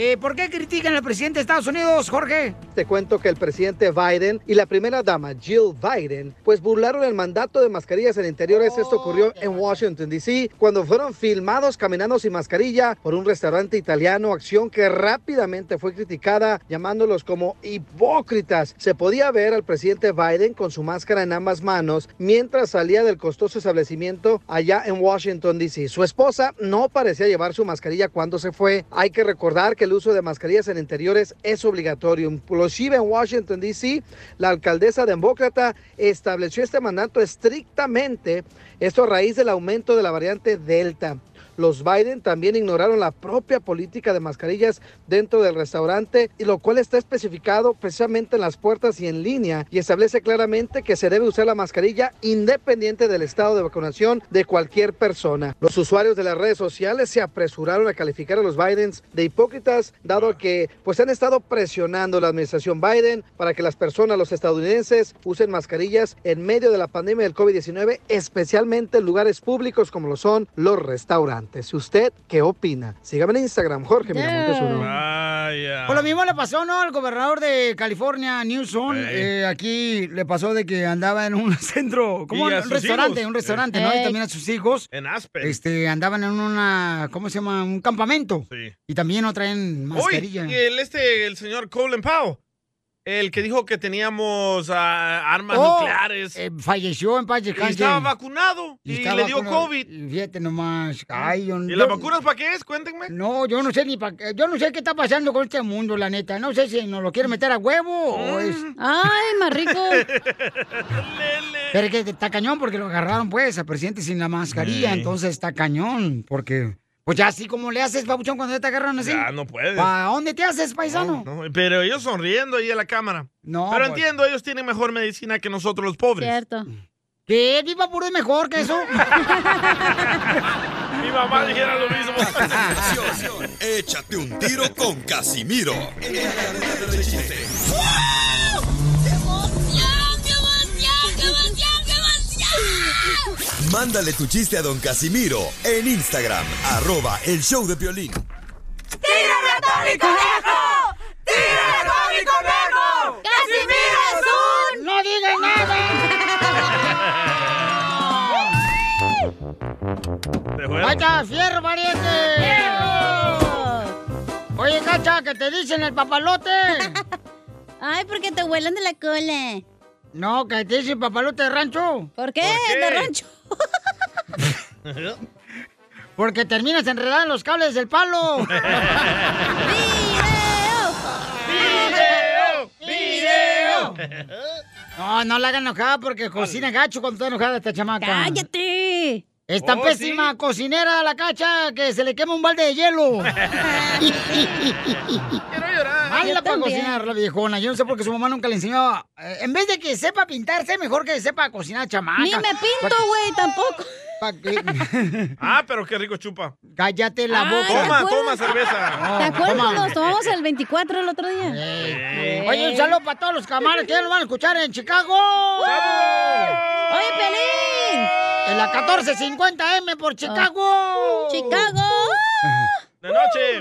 Speaker 2: Eh, ¿Por qué critican al presidente de Estados Unidos, Jorge?
Speaker 7: Te cuento que el presidente Biden y la primera dama Jill Biden pues burlaron el mandato de mascarillas en interiores. Esto
Speaker 2: Oh,
Speaker 7: ocurrió en Washington, D.C. cuando fueron filmados caminando sin mascarilla por un restaurante italiano, acción que rápidamente fue criticada llamándolos como hipócritas. Se podía ver al presidente Biden con su máscara en ambas manos mientras salía del costoso establecimiento allá en Washington, D.C. Su esposa no parecía llevar su mascarilla cuando se fue. Hay que recordar que el uso de mascarillas en interiores es obligatorio. Inclusive en Washington, D.C., la alcaldesa demócrata estableció este mandato estrictamente, esto a raíz del aumento de la variante Delta. Los Biden también ignoraron la propia política de mascarillas dentro del restaurante, y lo cual está especificado precisamente en las puertas y en línea, y establece claramente que se debe usar la mascarilla independiente del estado de vacunación de cualquier persona. Los usuarios de las redes sociales se apresuraron a calificar a los Bidens de hipócritas, dado que pues han estado presionando la administración Biden para que las personas, los estadounidenses, usen mascarillas en medio de la pandemia del COVID-19, especialmente en lugares públicos como lo son los restaurantes. ¿Usted qué opina? Sígame en Instagram, Jorge Miramontes uno.
Speaker 2: Pues lo mismo le pasó, ¿no? Al gobernador de California, Newsom,
Speaker 7: Ey.
Speaker 2: eh, aquí le pasó de que andaba en un centro, como
Speaker 3: Y
Speaker 2: un
Speaker 3: a sus
Speaker 2: restaurante,
Speaker 3: hijos.
Speaker 2: un restaurante,
Speaker 3: Ey.
Speaker 2: ¿no? Y también a sus hijos.
Speaker 3: En Aspen.
Speaker 2: Este, andaban en una, ¿cómo se llama? Un campamento.
Speaker 3: Sí.
Speaker 2: Y también no traen
Speaker 3: Hoy,
Speaker 2: mascarilla.
Speaker 3: el, este, el señor Colin Powell, el que dijo que teníamos ah, armas
Speaker 2: Oh,
Speaker 3: nucleares.
Speaker 2: eh, falleció en paz
Speaker 3: y
Speaker 2: descanse.
Speaker 3: estaba vacunado y,
Speaker 2: estaba
Speaker 3: le dio
Speaker 2: vacunado.
Speaker 3: COVID.
Speaker 2: Y Fíjate nomás. Ay, yo,
Speaker 3: ¿Y
Speaker 2: yo-
Speaker 3: las vacunas para qué es? Cuéntenme.
Speaker 2: No, yo no sé ni para qué. Yo no sé qué está pasando con este mundo, la neta. No sé si nos lo quieren meter a huevo
Speaker 3: Mm.
Speaker 2: o es.
Speaker 4: Ay, más rico.
Speaker 2: Pero es que está cañón porque lo agarraron, pues, al presidente sin la mascarilla.
Speaker 3: Sí.
Speaker 2: Entonces está cañón porque. Pues ya así como le haces, babuchón, cuando ya te agarran así.
Speaker 3: Ya, no puedes.
Speaker 2: ¿Para dónde te haces, paisano?
Speaker 3: No, Pero ellos sonriendo ahí a la cámara.
Speaker 2: No,
Speaker 3: Pero
Speaker 2: pues.
Speaker 3: entiendo, ellos tienen mejor medicina que nosotros los pobres.
Speaker 4: Cierto.
Speaker 2: ¿Qué? ¿Viva puro es mejor que eso?
Speaker 3: Mi mamá dijera lo mismo.
Speaker 6: Échate un tiro con Casimiro. Mándale tu chiste a don Casimiro en Instagram, arroba el show de violín.
Speaker 1: ¡Tírame a Tony Conejo! ¡Tírame a Tony Conejo! ¡Casimiro es un...
Speaker 2: ¡No digas nada! ¡Ahí está, fierro, pariente! Oye, Cacha, que te dicen el papalote.
Speaker 4: Ay, porque te huelen de la cola.
Speaker 2: No, que te dicen papalote de rancho.
Speaker 4: ¿Por qué? De rancho.
Speaker 2: Porque terminas enredado en los cables del palo.
Speaker 1: ¡Video!
Speaker 2: ¡Video! No, no la hagan enojada porque cocina gacho cuando está enojada esta chamaca.
Speaker 4: ¡Cállate!
Speaker 2: Esta
Speaker 4: Oh,
Speaker 2: pésima cocinera la cacha que se le quema un balde de hielo.
Speaker 3: Quiero llorar.
Speaker 2: Mala para cocinar la viejona. Yo no sé por qué su mamá nunca le enseñó. eh, en vez de que sepa pintarse, mejor que sepa cocinar chamaca.
Speaker 4: Ni me pinto, güey, tampoco.
Speaker 3: Ah, pero qué rico chupa.
Speaker 2: Cállate la
Speaker 4: Ay,
Speaker 2: boca.
Speaker 4: ¿te
Speaker 3: Toma,
Speaker 4: acuerdas?
Speaker 3: toma cerveza.
Speaker 4: ¿Te acuerdas
Speaker 2: toma.
Speaker 4: cuando nos tomamos el 24 el otro día?
Speaker 2: Oye, un saludo para todos los camaradas que ya lo van a escuchar en Chicago.
Speaker 4: ¡Oye, Pelín! Ah.
Speaker 2: En la 1450M por Chicago.
Speaker 4: ¡Chicago!
Speaker 3: De noche.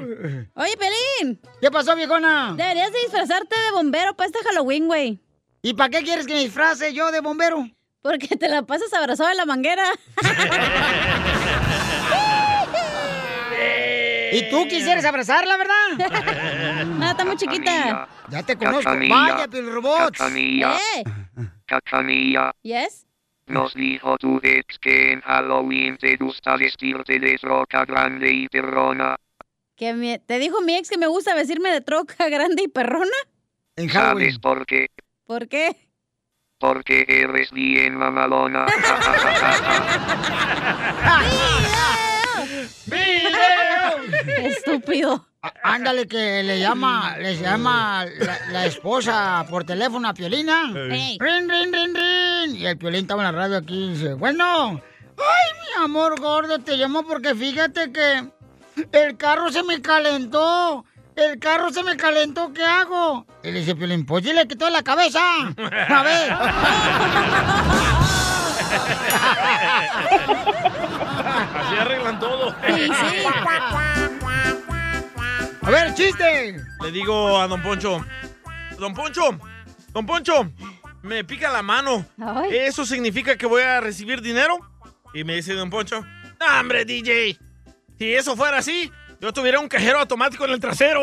Speaker 4: Oye, Pelín.
Speaker 2: ¿Qué pasó, viejona?
Speaker 4: Deberías de disfrazarte de bombero para este Halloween, güey.
Speaker 2: ¿Y para qué quieres que me disfrace yo de bombero?
Speaker 4: Porque te la pasas abrazado de la manguera.
Speaker 2: ¿Y tú quisieras abrazarla, verdad?
Speaker 4: No, está muy chiquita.
Speaker 2: Ya te conozco.
Speaker 15: Cachanilla.
Speaker 2: Vaya, Pilrobots.
Speaker 15: Cachanilla.
Speaker 4: ¿Eh?
Speaker 15: Cachanilla.
Speaker 4: ¿Yes?
Speaker 22: Nos dijo tu ex que en Halloween te gusta vestirte de troca grande y perrona.
Speaker 4: Que me- ¿Te dijo mi ex que me gusta vestirme de troca grande y perrona?
Speaker 22: ¿Sabes por qué?
Speaker 4: ¿Por qué?
Speaker 22: Porque eres bien mamalona.
Speaker 4: Estúpido.
Speaker 2: Ándale que le llama, les llama la, la esposa por teléfono a Piolina.
Speaker 1: Ey.
Speaker 2: Rin, rin, rin, rin. Y el Piolín estaba en la radio aquí y dice, bueno, ay, mi amor gordo, te llamo porque fíjate que el carro se me calentó. El carro se me calentó, ¿qué hago? Y le dice Piolín, pues dile que toda la cabeza. A ver.
Speaker 3: Así arreglan todo.
Speaker 2: A ver, chiste.
Speaker 3: Le digo a Don Poncho, Don Poncho, Don Poncho, me pica la mano.
Speaker 1: Ay.
Speaker 3: ¿Eso significa que voy a recibir dinero? Y me dice Don Poncho, "No, hombre, DJ, si eso fuera así, yo tuviera un cajero automático en el trasero.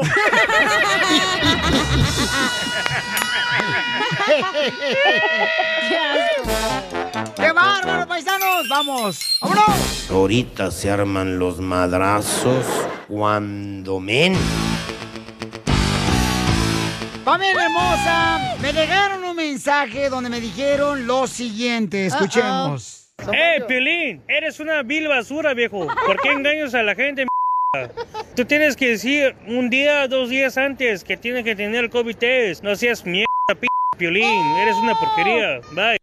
Speaker 2: ¡Qué bárbaro, paisanos! ¡Vamos! ¡Vámonos!
Speaker 15: Ahorita se arman los madrazos cuando men.
Speaker 2: Familia hermosa, me llegaron un mensaje donde me dijeron lo siguiente. Escuchemos.
Speaker 17: ¡Eh, Piolín! Eres una vil basura, viejo. ¿Por qué engañas a la gente, m***a? Tú tienes que decir un día, dos días antes que tienes que tener el COVID test. No seas mierda, p***, Piolín. Eres una porquería. Bye.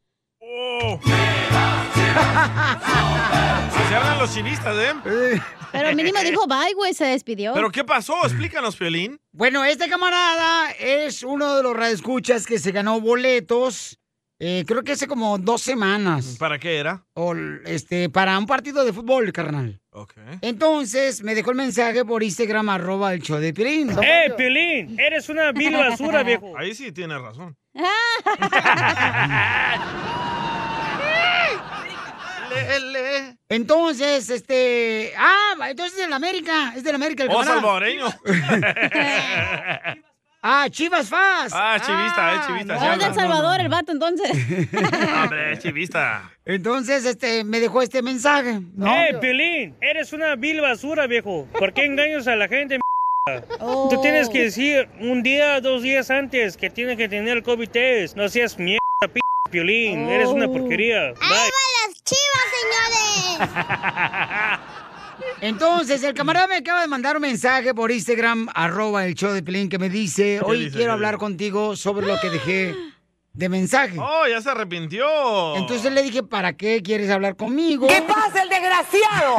Speaker 3: Se hablan los chivistas, ¿eh?
Speaker 4: Pero mínimo dijo bye, güey, se despidió.
Speaker 3: ¿Pero qué pasó? Explícanos, Piolín.
Speaker 2: Bueno, este camarada es uno de los radioescuchas que se ganó boletos, eh, creo que hace como dos semanas,
Speaker 3: ¿Para qué era?
Speaker 2: o, este, para un partido de fútbol, carnal.
Speaker 3: Ok.
Speaker 2: Entonces, me dejó el mensaje por Instagram, arroba el show de Piolín.
Speaker 17: ¡Eh, Piolín! Eres una vil basura, viejo.
Speaker 3: Ahí sí tiene razón.
Speaker 4: Ah.
Speaker 2: Entonces, este... Ah, entonces es del América, es del América el
Speaker 3: ¡Oh,
Speaker 2: camarada.
Speaker 3: salvadoreño!
Speaker 2: Ah, Chivas Faz.
Speaker 3: Ah, chivista, eh, chivista, sí
Speaker 2: no,
Speaker 3: habla.
Speaker 2: no,
Speaker 4: El Salvador, el vato, entonces.
Speaker 3: ¡Hombre, es chivista!
Speaker 2: Entonces, este, me dejó este mensaje. ¿no?
Speaker 17: ¡Eh, Piolín! Eres una vil basura, viejo. ¿Por qué engañas a la gente, m***a? Tú tienes que decir un día, dos días antes que tienes que tener el COVID test. No seas mierda, p***, Piolín. Eres una porquería. Bye.
Speaker 4: las chivas, señores!
Speaker 2: Entonces, el camarada me acaba de mandar un mensaje por Instagram, arroba el show de Pelín, que me dice, hoy
Speaker 3: dice,
Speaker 2: quiero
Speaker 3: qué
Speaker 2: hablar contigo sobre lo que dejé de mensaje.
Speaker 3: ¡Oh, ya se arrepintió!
Speaker 2: Entonces le dije, ¿para qué quieres hablar conmigo? ¿Qué pasa, el desgraciado?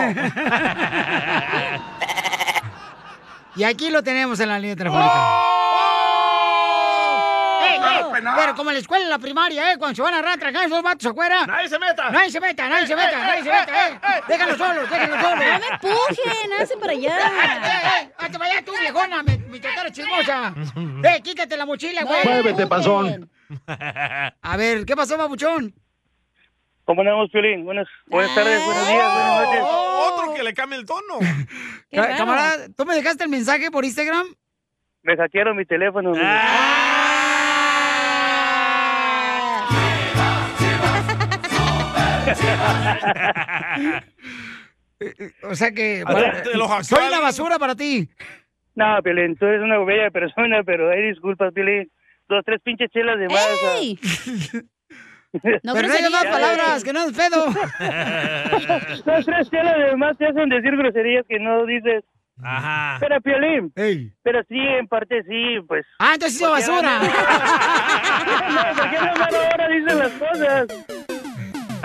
Speaker 2: y aquí lo tenemos en la línea telefónica. ¡Ey, ey! Pero como en la escuela, en la primaria, ¿eh? Cuando se van a arrastrar, acá esos vatos afuera. ¡Nadie se meta! ¡Nadie se meta! ¡Nadie se meta! ¡Nadie se meta! ¡Eh! ¡Déjalo solo! ¡Déjalo solo!
Speaker 4: No me empujen, hazte para allá.
Speaker 2: ¡Eh, eh, eh! ¡Hazte para allá tú, viejona! ¡Mi, mi tatara chismosa! ¡Eh, quítate la mochila, güey!
Speaker 18: pasón.
Speaker 2: A ver, ¿qué pasó, babuchón?
Speaker 18: ¿Cómo andamos, Piolín? Buenas, buenas tardes, buenos días, buenas noches.
Speaker 2: Ah.
Speaker 3: Otro que le cambie el tono.
Speaker 18: Qué raro.
Speaker 2: Camarada, ¿tú me dejaste el mensaje por Instagram?
Speaker 18: Me hackearon mi teléfono.
Speaker 2: Ah. O sea que.
Speaker 18: A ver, te lo hackearon.
Speaker 2: soy la basura para ti.
Speaker 18: No, Piolín, tú eres una bella persona, pero hay disculpas, Piolín. Dos, tres pinches chelas de más.
Speaker 4: ¡Ey!
Speaker 2: No Pero no digas más palabras, que no es pedo.
Speaker 18: Dos, tres chelas de más te hacen decir groserías que no dices.
Speaker 1: Ah.
Speaker 3: Ajá.
Speaker 18: Pero, Piolín. Pero sí, en parte sí, pues.
Speaker 2: Ah, entonces hizo basura.
Speaker 18: ¿Por qué no mala hora dices las cosas?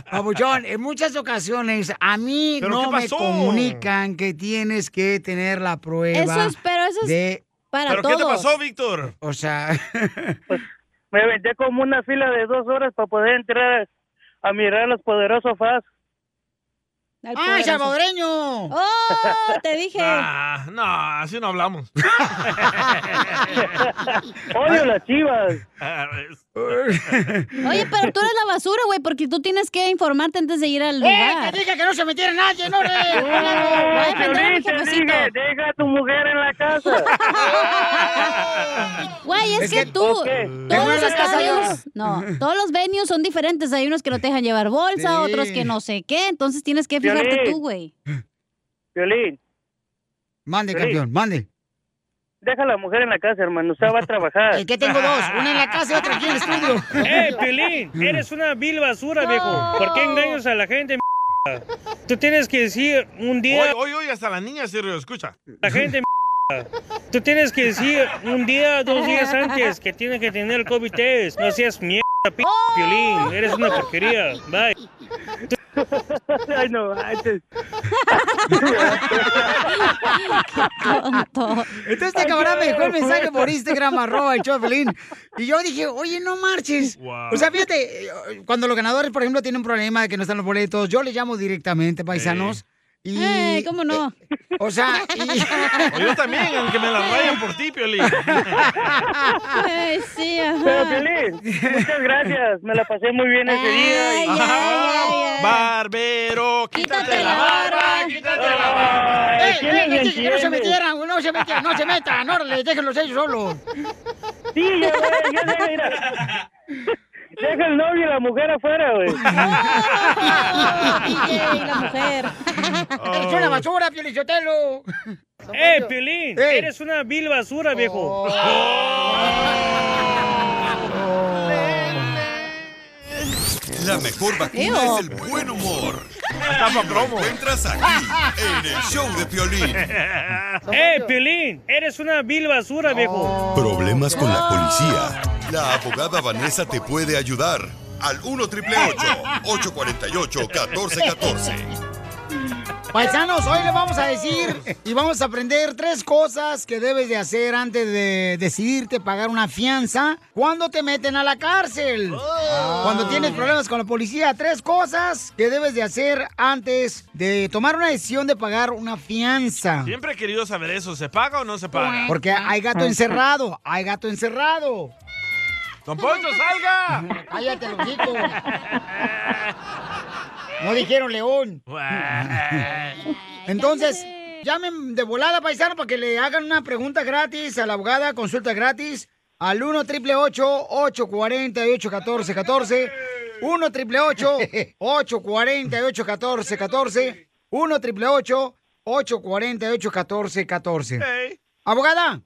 Speaker 2: Babuchón, en muchas ocasiones a mí
Speaker 18: ¿Pero
Speaker 2: no
Speaker 18: qué
Speaker 2: me
Speaker 18: pasó?
Speaker 2: comunican que tienes que tener la prueba.
Speaker 18: Eso es- pero eso es
Speaker 2: de-
Speaker 18: para ¿Pero qué te todos. pasó,
Speaker 3: Víctor?
Speaker 2: O sea,
Speaker 18: Me aventé como una fila de dos horas para poder entrar a mirar los poderosos FAS.
Speaker 4: Al
Speaker 2: ¡Ay,
Speaker 4: poderoso.
Speaker 2: salvadoreño!
Speaker 4: ¡Oh! Te dije.
Speaker 3: Ah, no, así no hablamos.
Speaker 18: Odio las chivas.
Speaker 4: Oye, pero tú eres la basura, güey, porque tú tienes que informarte antes de ir al lugar.
Speaker 2: te dije ¡Eh, que no se metiera nadie, no le.
Speaker 4: Ay,
Speaker 18: Piolín, te dije, deja a tu mujer en la casa.
Speaker 4: Güey, es,
Speaker 18: Es
Speaker 4: que,
Speaker 18: que-
Speaker 4: tú,
Speaker 18: ¿o qué?
Speaker 4: todos
Speaker 18: ¿Tengo
Speaker 4: los
Speaker 18: en la casa
Speaker 4: estadios,
Speaker 18: yo?
Speaker 4: no, todos los venues son diferentes. Hay unos que no te dejan llevar bolsa,
Speaker 18: Sí.
Speaker 4: otros que no sé qué. Entonces tienes que fijarte
Speaker 18: Violín.
Speaker 4: tú, güey.
Speaker 18: Violín.
Speaker 2: Mande,
Speaker 18: campeón,
Speaker 2: mande.
Speaker 18: Deja a la mujer en la casa, hermano. Usted va a trabajar.
Speaker 2: Es que tengo dos. Una en la casa y otra aquí en el estudio.
Speaker 17: ¡Eh, Piolín! Eres una vil basura, viejo. ¿Por qué engañas a la gente, m***a? Tú tienes que decir un
Speaker 3: Hoy,
Speaker 17: día...
Speaker 3: hoy, hoy, hasta la niña se lo escucha.
Speaker 17: La gente, m***a. Tú tienes que decir un día, dos días antes que tiene que tener el COVID test. No seas mierda, p***, Piolín. Eres una porquería. Bye.
Speaker 18: Ay, no, antes.
Speaker 2: Entonces te cabrón me dejó el mensaje por Instagram, arroba el show de Piolín. Y yo dije, oye, no marches.
Speaker 1: Wow.
Speaker 2: O sea, fíjate, eh, cuando los ganadores, por ejemplo, tienen un problema de que no están los boletos, yo les llamo directamente, paisanos. Y,
Speaker 4: Eh, ¿cómo no?
Speaker 2: eh, o sea,
Speaker 3: O yo también, aunque me la rayan por ti, Piolín.
Speaker 4: Ay, sí, ajá.
Speaker 18: Pero Piolín, muchas gracias. Me la pasé muy bien ese día. y-
Speaker 3: Barbero, quítate la barba, quítate la barba.
Speaker 2: Eh, eh, les dije que no se metieran, no se metan, no se metan, órale, déjenlos ellos solos.
Speaker 18: Sí, ya, ya, ya, deja, mira. Deja el novio y la mujer afuera, güey.
Speaker 4: y la mujer.
Speaker 2: Es una basura, Piolichotelo.
Speaker 17: ¡Eh, Piolín! Eres una vil basura, viejo.
Speaker 6: La mejor vacuna
Speaker 1: Ew.
Speaker 6: es el buen humor. Y lo encuentras aquí, en el show de Piolín.
Speaker 17: ¡Eh, Piolín! Eres una vil basura, viejo.
Speaker 6: Problemas con la policía. La abogada Vanessa te puede ayudar. Al 1 triple 848 1414.
Speaker 2: Paisanos, hoy les vamos a decir y vamos a aprender tres cosas que debes de hacer antes de decidirte pagar una fianza cuando te meten a la cárcel.
Speaker 3: Oh.
Speaker 2: Cuando tienes problemas con la policía, tres cosas que debes de hacer antes de tomar una decisión de pagar una fianza.
Speaker 3: Siempre he querido saber eso, ¿se paga o no se paga?
Speaker 2: Porque hay gato encerrado, hay gato encerrado.
Speaker 3: ¡Don Poncho, salga!
Speaker 2: Cállate, lo No dijeron león. Entonces, llamen de volada, paisano, para que le hagan una pregunta gratis a la abogada, consulta gratis al 1 888 848 1414 1 888 848 1414 1 888 848 1414 Abogada,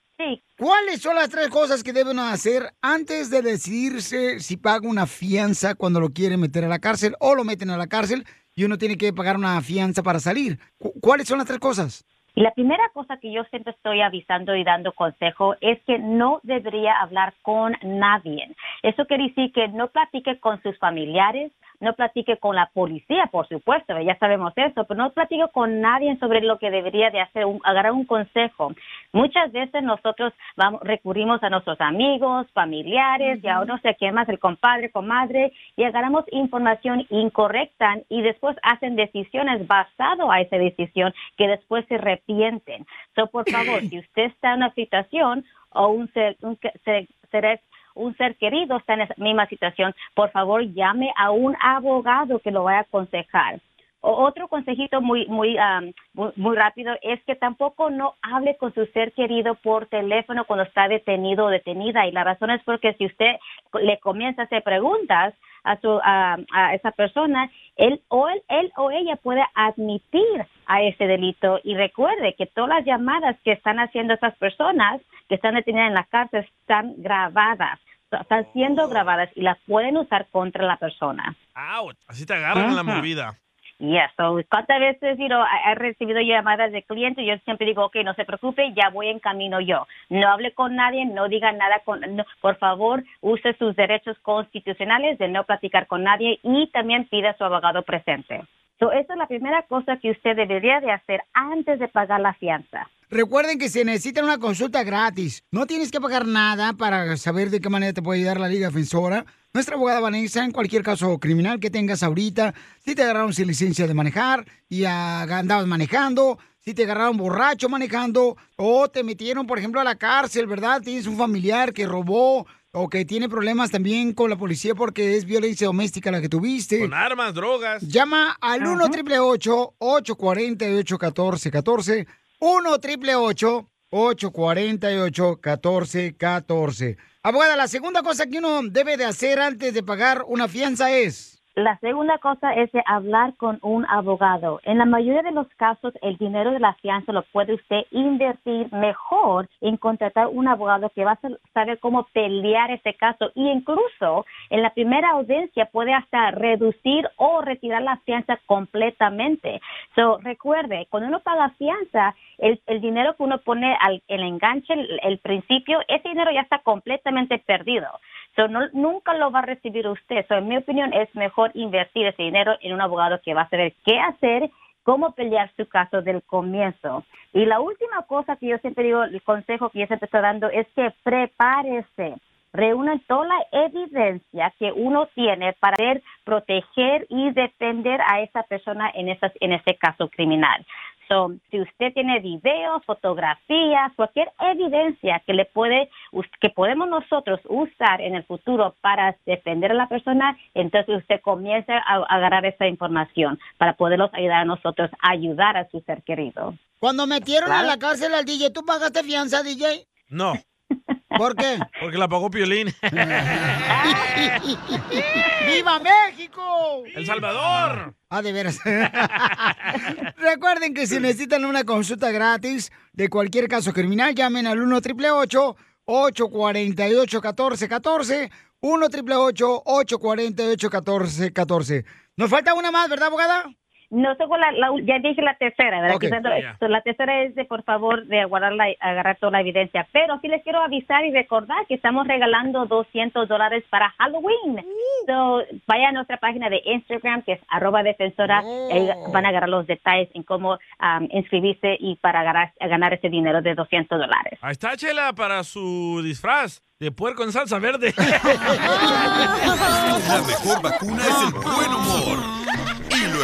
Speaker 2: ¿cuáles son las tres cosas que deben hacer antes de decidirse si paga una fianza cuando lo quieren meter a la cárcel o lo meten a la cárcel y uno tiene que pagar una fianza para salir? Cu- ¿Cuáles son las tres cosas?
Speaker 8: Y la primera cosa que yo siempre estoy avisando y dando consejo es que no debería hablar con nadie. Eso quiere decir que no platique con sus familiares, no platique con la policía, por supuesto, ya sabemos eso, pero no platique con nadie sobre lo que debería de hacer, un- agarrar un consejo. Muchas veces nosotros vamos, recurrimos a nuestros amigos, familiares y a no sé quién más, el compadre, comadre, y agarramos información incorrecta y después hacen decisiones basado a esa decisión que después se arrepienten. So, por favor, si usted está en una situación o un ser, un que- ser- ser- un ser querido está en esa misma situación, por favor llame a un abogado que lo vaya a aconsejar. O- Otro consejito muy, muy, am, muy, muy rápido es que tampoco no hable con su ser querido por teléfono cuando está detenido o detenida. Y la razón es porque si usted co- le comienza a hacer preguntas a, su, a, a esa persona, él o, él, él o ella puede admitir a ese delito. Y recuerde que todas las llamadas que están haciendo esas personas que están detenidas en la cárcel están grabadas, están siendo grabadas y las pueden usar contra la persona.
Speaker 3: Ouch, Así te agarran
Speaker 2: Ah.
Speaker 3: en la
Speaker 8: Ajá.
Speaker 3: movida.
Speaker 8: Yes, so, ¿cuántas veces you know, he he recibido llamadas de clientes? Yo siempre digo, ok, no se preocupe, ya voy en camino yo. No hable con nadie, no diga nada con... no, por favor, use sus derechos constitucionales de no platicar con nadie y también pida a su abogado presente. So, esa es la primera cosa que usted debería de hacer antes de pagar la fianza.
Speaker 2: Recuerden que se necesita una consulta gratis. No tienes que pagar nada para saber de qué manera te puede ayudar la Liga Defensora. Nuestra abogada Vanessa, en cualquier caso criminal que tengas ahorita, si te agarraron sin licencia de manejar y ah, andabas manejando, si te agarraron borracho manejando o te metieron, por ejemplo, a la cárcel, ¿verdad? Tienes un familiar que robó o que tiene problemas también con la policía porque es violencia doméstica la que tuviste.
Speaker 3: Con armas, drogas.
Speaker 2: Llama al 1 888 848 1414 1 888 848 1414 Abogada, la segunda cosa que uno debe de hacer antes de pagar una fianza es...
Speaker 8: La segunda cosa es de hablar con un abogado. En la mayoría de los casos, el dinero de la fianza lo puede usted invertir mejor en contratar un abogado que va a saber cómo pelear ese caso y incluso en la primera audiencia puede hasta reducir o retirar la fianza completamente. So, recuerde, cuando uno paga fianza, el, el dinero que uno pone al el enganche, el- el principio, ese dinero ya está completamente perdido. So, no- nunca lo va a recibir usted. So, en mi opinión, es mejor invertir ese dinero en un abogado que va a saber qué hacer, cómo pelear su caso del comienzo. Y la última cosa que yo siempre digo, el consejo que yo siempre estoy dando es que prepárese. Reúnan toda la evidencia que uno tiene para poder proteger y defender a esa persona en, esas, en ese caso criminal. So, si usted tiene videos, fotografías, cualquier evidencia que le puede, us- que podemos nosotros usar en el futuro para defender a la persona, entonces usted comienza a a agarrar esa información para poderlos ayudar a nosotros a ayudar a su ser querido.
Speaker 2: Cuando metieron
Speaker 8: Claro.
Speaker 2: a la cárcel al DJ, ¿tú pagaste fianza, DJ?
Speaker 3: No.
Speaker 2: ¿Por qué?
Speaker 3: Porque la pagó Piolín.
Speaker 2: ¡Viva México!
Speaker 3: ¡El Salvador!
Speaker 2: Ah, de veras. Recuerden que si necesitan una consulta gratis de cualquier caso criminal, llamen al 1 888 848 1414 1 888 848 1414 Nos falta una más, ¿verdad, abogada?
Speaker 8: No tengo la, ya dije la tercera, ¿verdad?
Speaker 2: Ok.
Speaker 8: Quizás
Speaker 2: Ya, ya.
Speaker 8: so, La tercera es de, por favor, de guardar la- agarrar toda la evidencia. Pero sí les quiero avisar y recordar que estamos regalando 200 dólares para Halloween. So, vaya a nuestra página de Instagram, que es arroba defensora. y ahí van a agarrar los detalles en cómo am, inscribirse y para agarrar- ganar ese dinero de 200 dólares.
Speaker 3: Ahí está Chela para su disfraz de puerco en salsa verde.
Speaker 6: La mejor vacuna es el buen humor. Y lo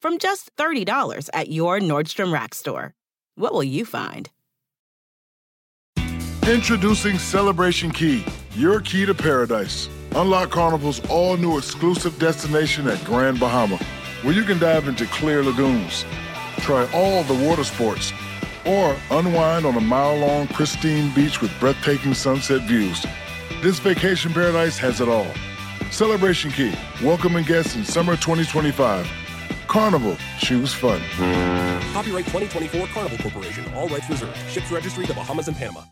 Speaker 10: from just $30 at your Nordstrom Rack store. What will you find?
Speaker 24: Introducing Celebration Key, your key to paradise. Unlock Carnival's all new exclusive destination at Grand Bahama, where you can dive into clear lagoons, try all the water sports, or unwind on a mile long, pristine beach with breathtaking sunset views. This vacation paradise has it all. Celebration Key, welcoming guests in summer 2025. Carnival, choose fun.
Speaker 9: Copyright 2024 Carnival Corporation. All rights reserved. Ships registry the Bahamas and Panama.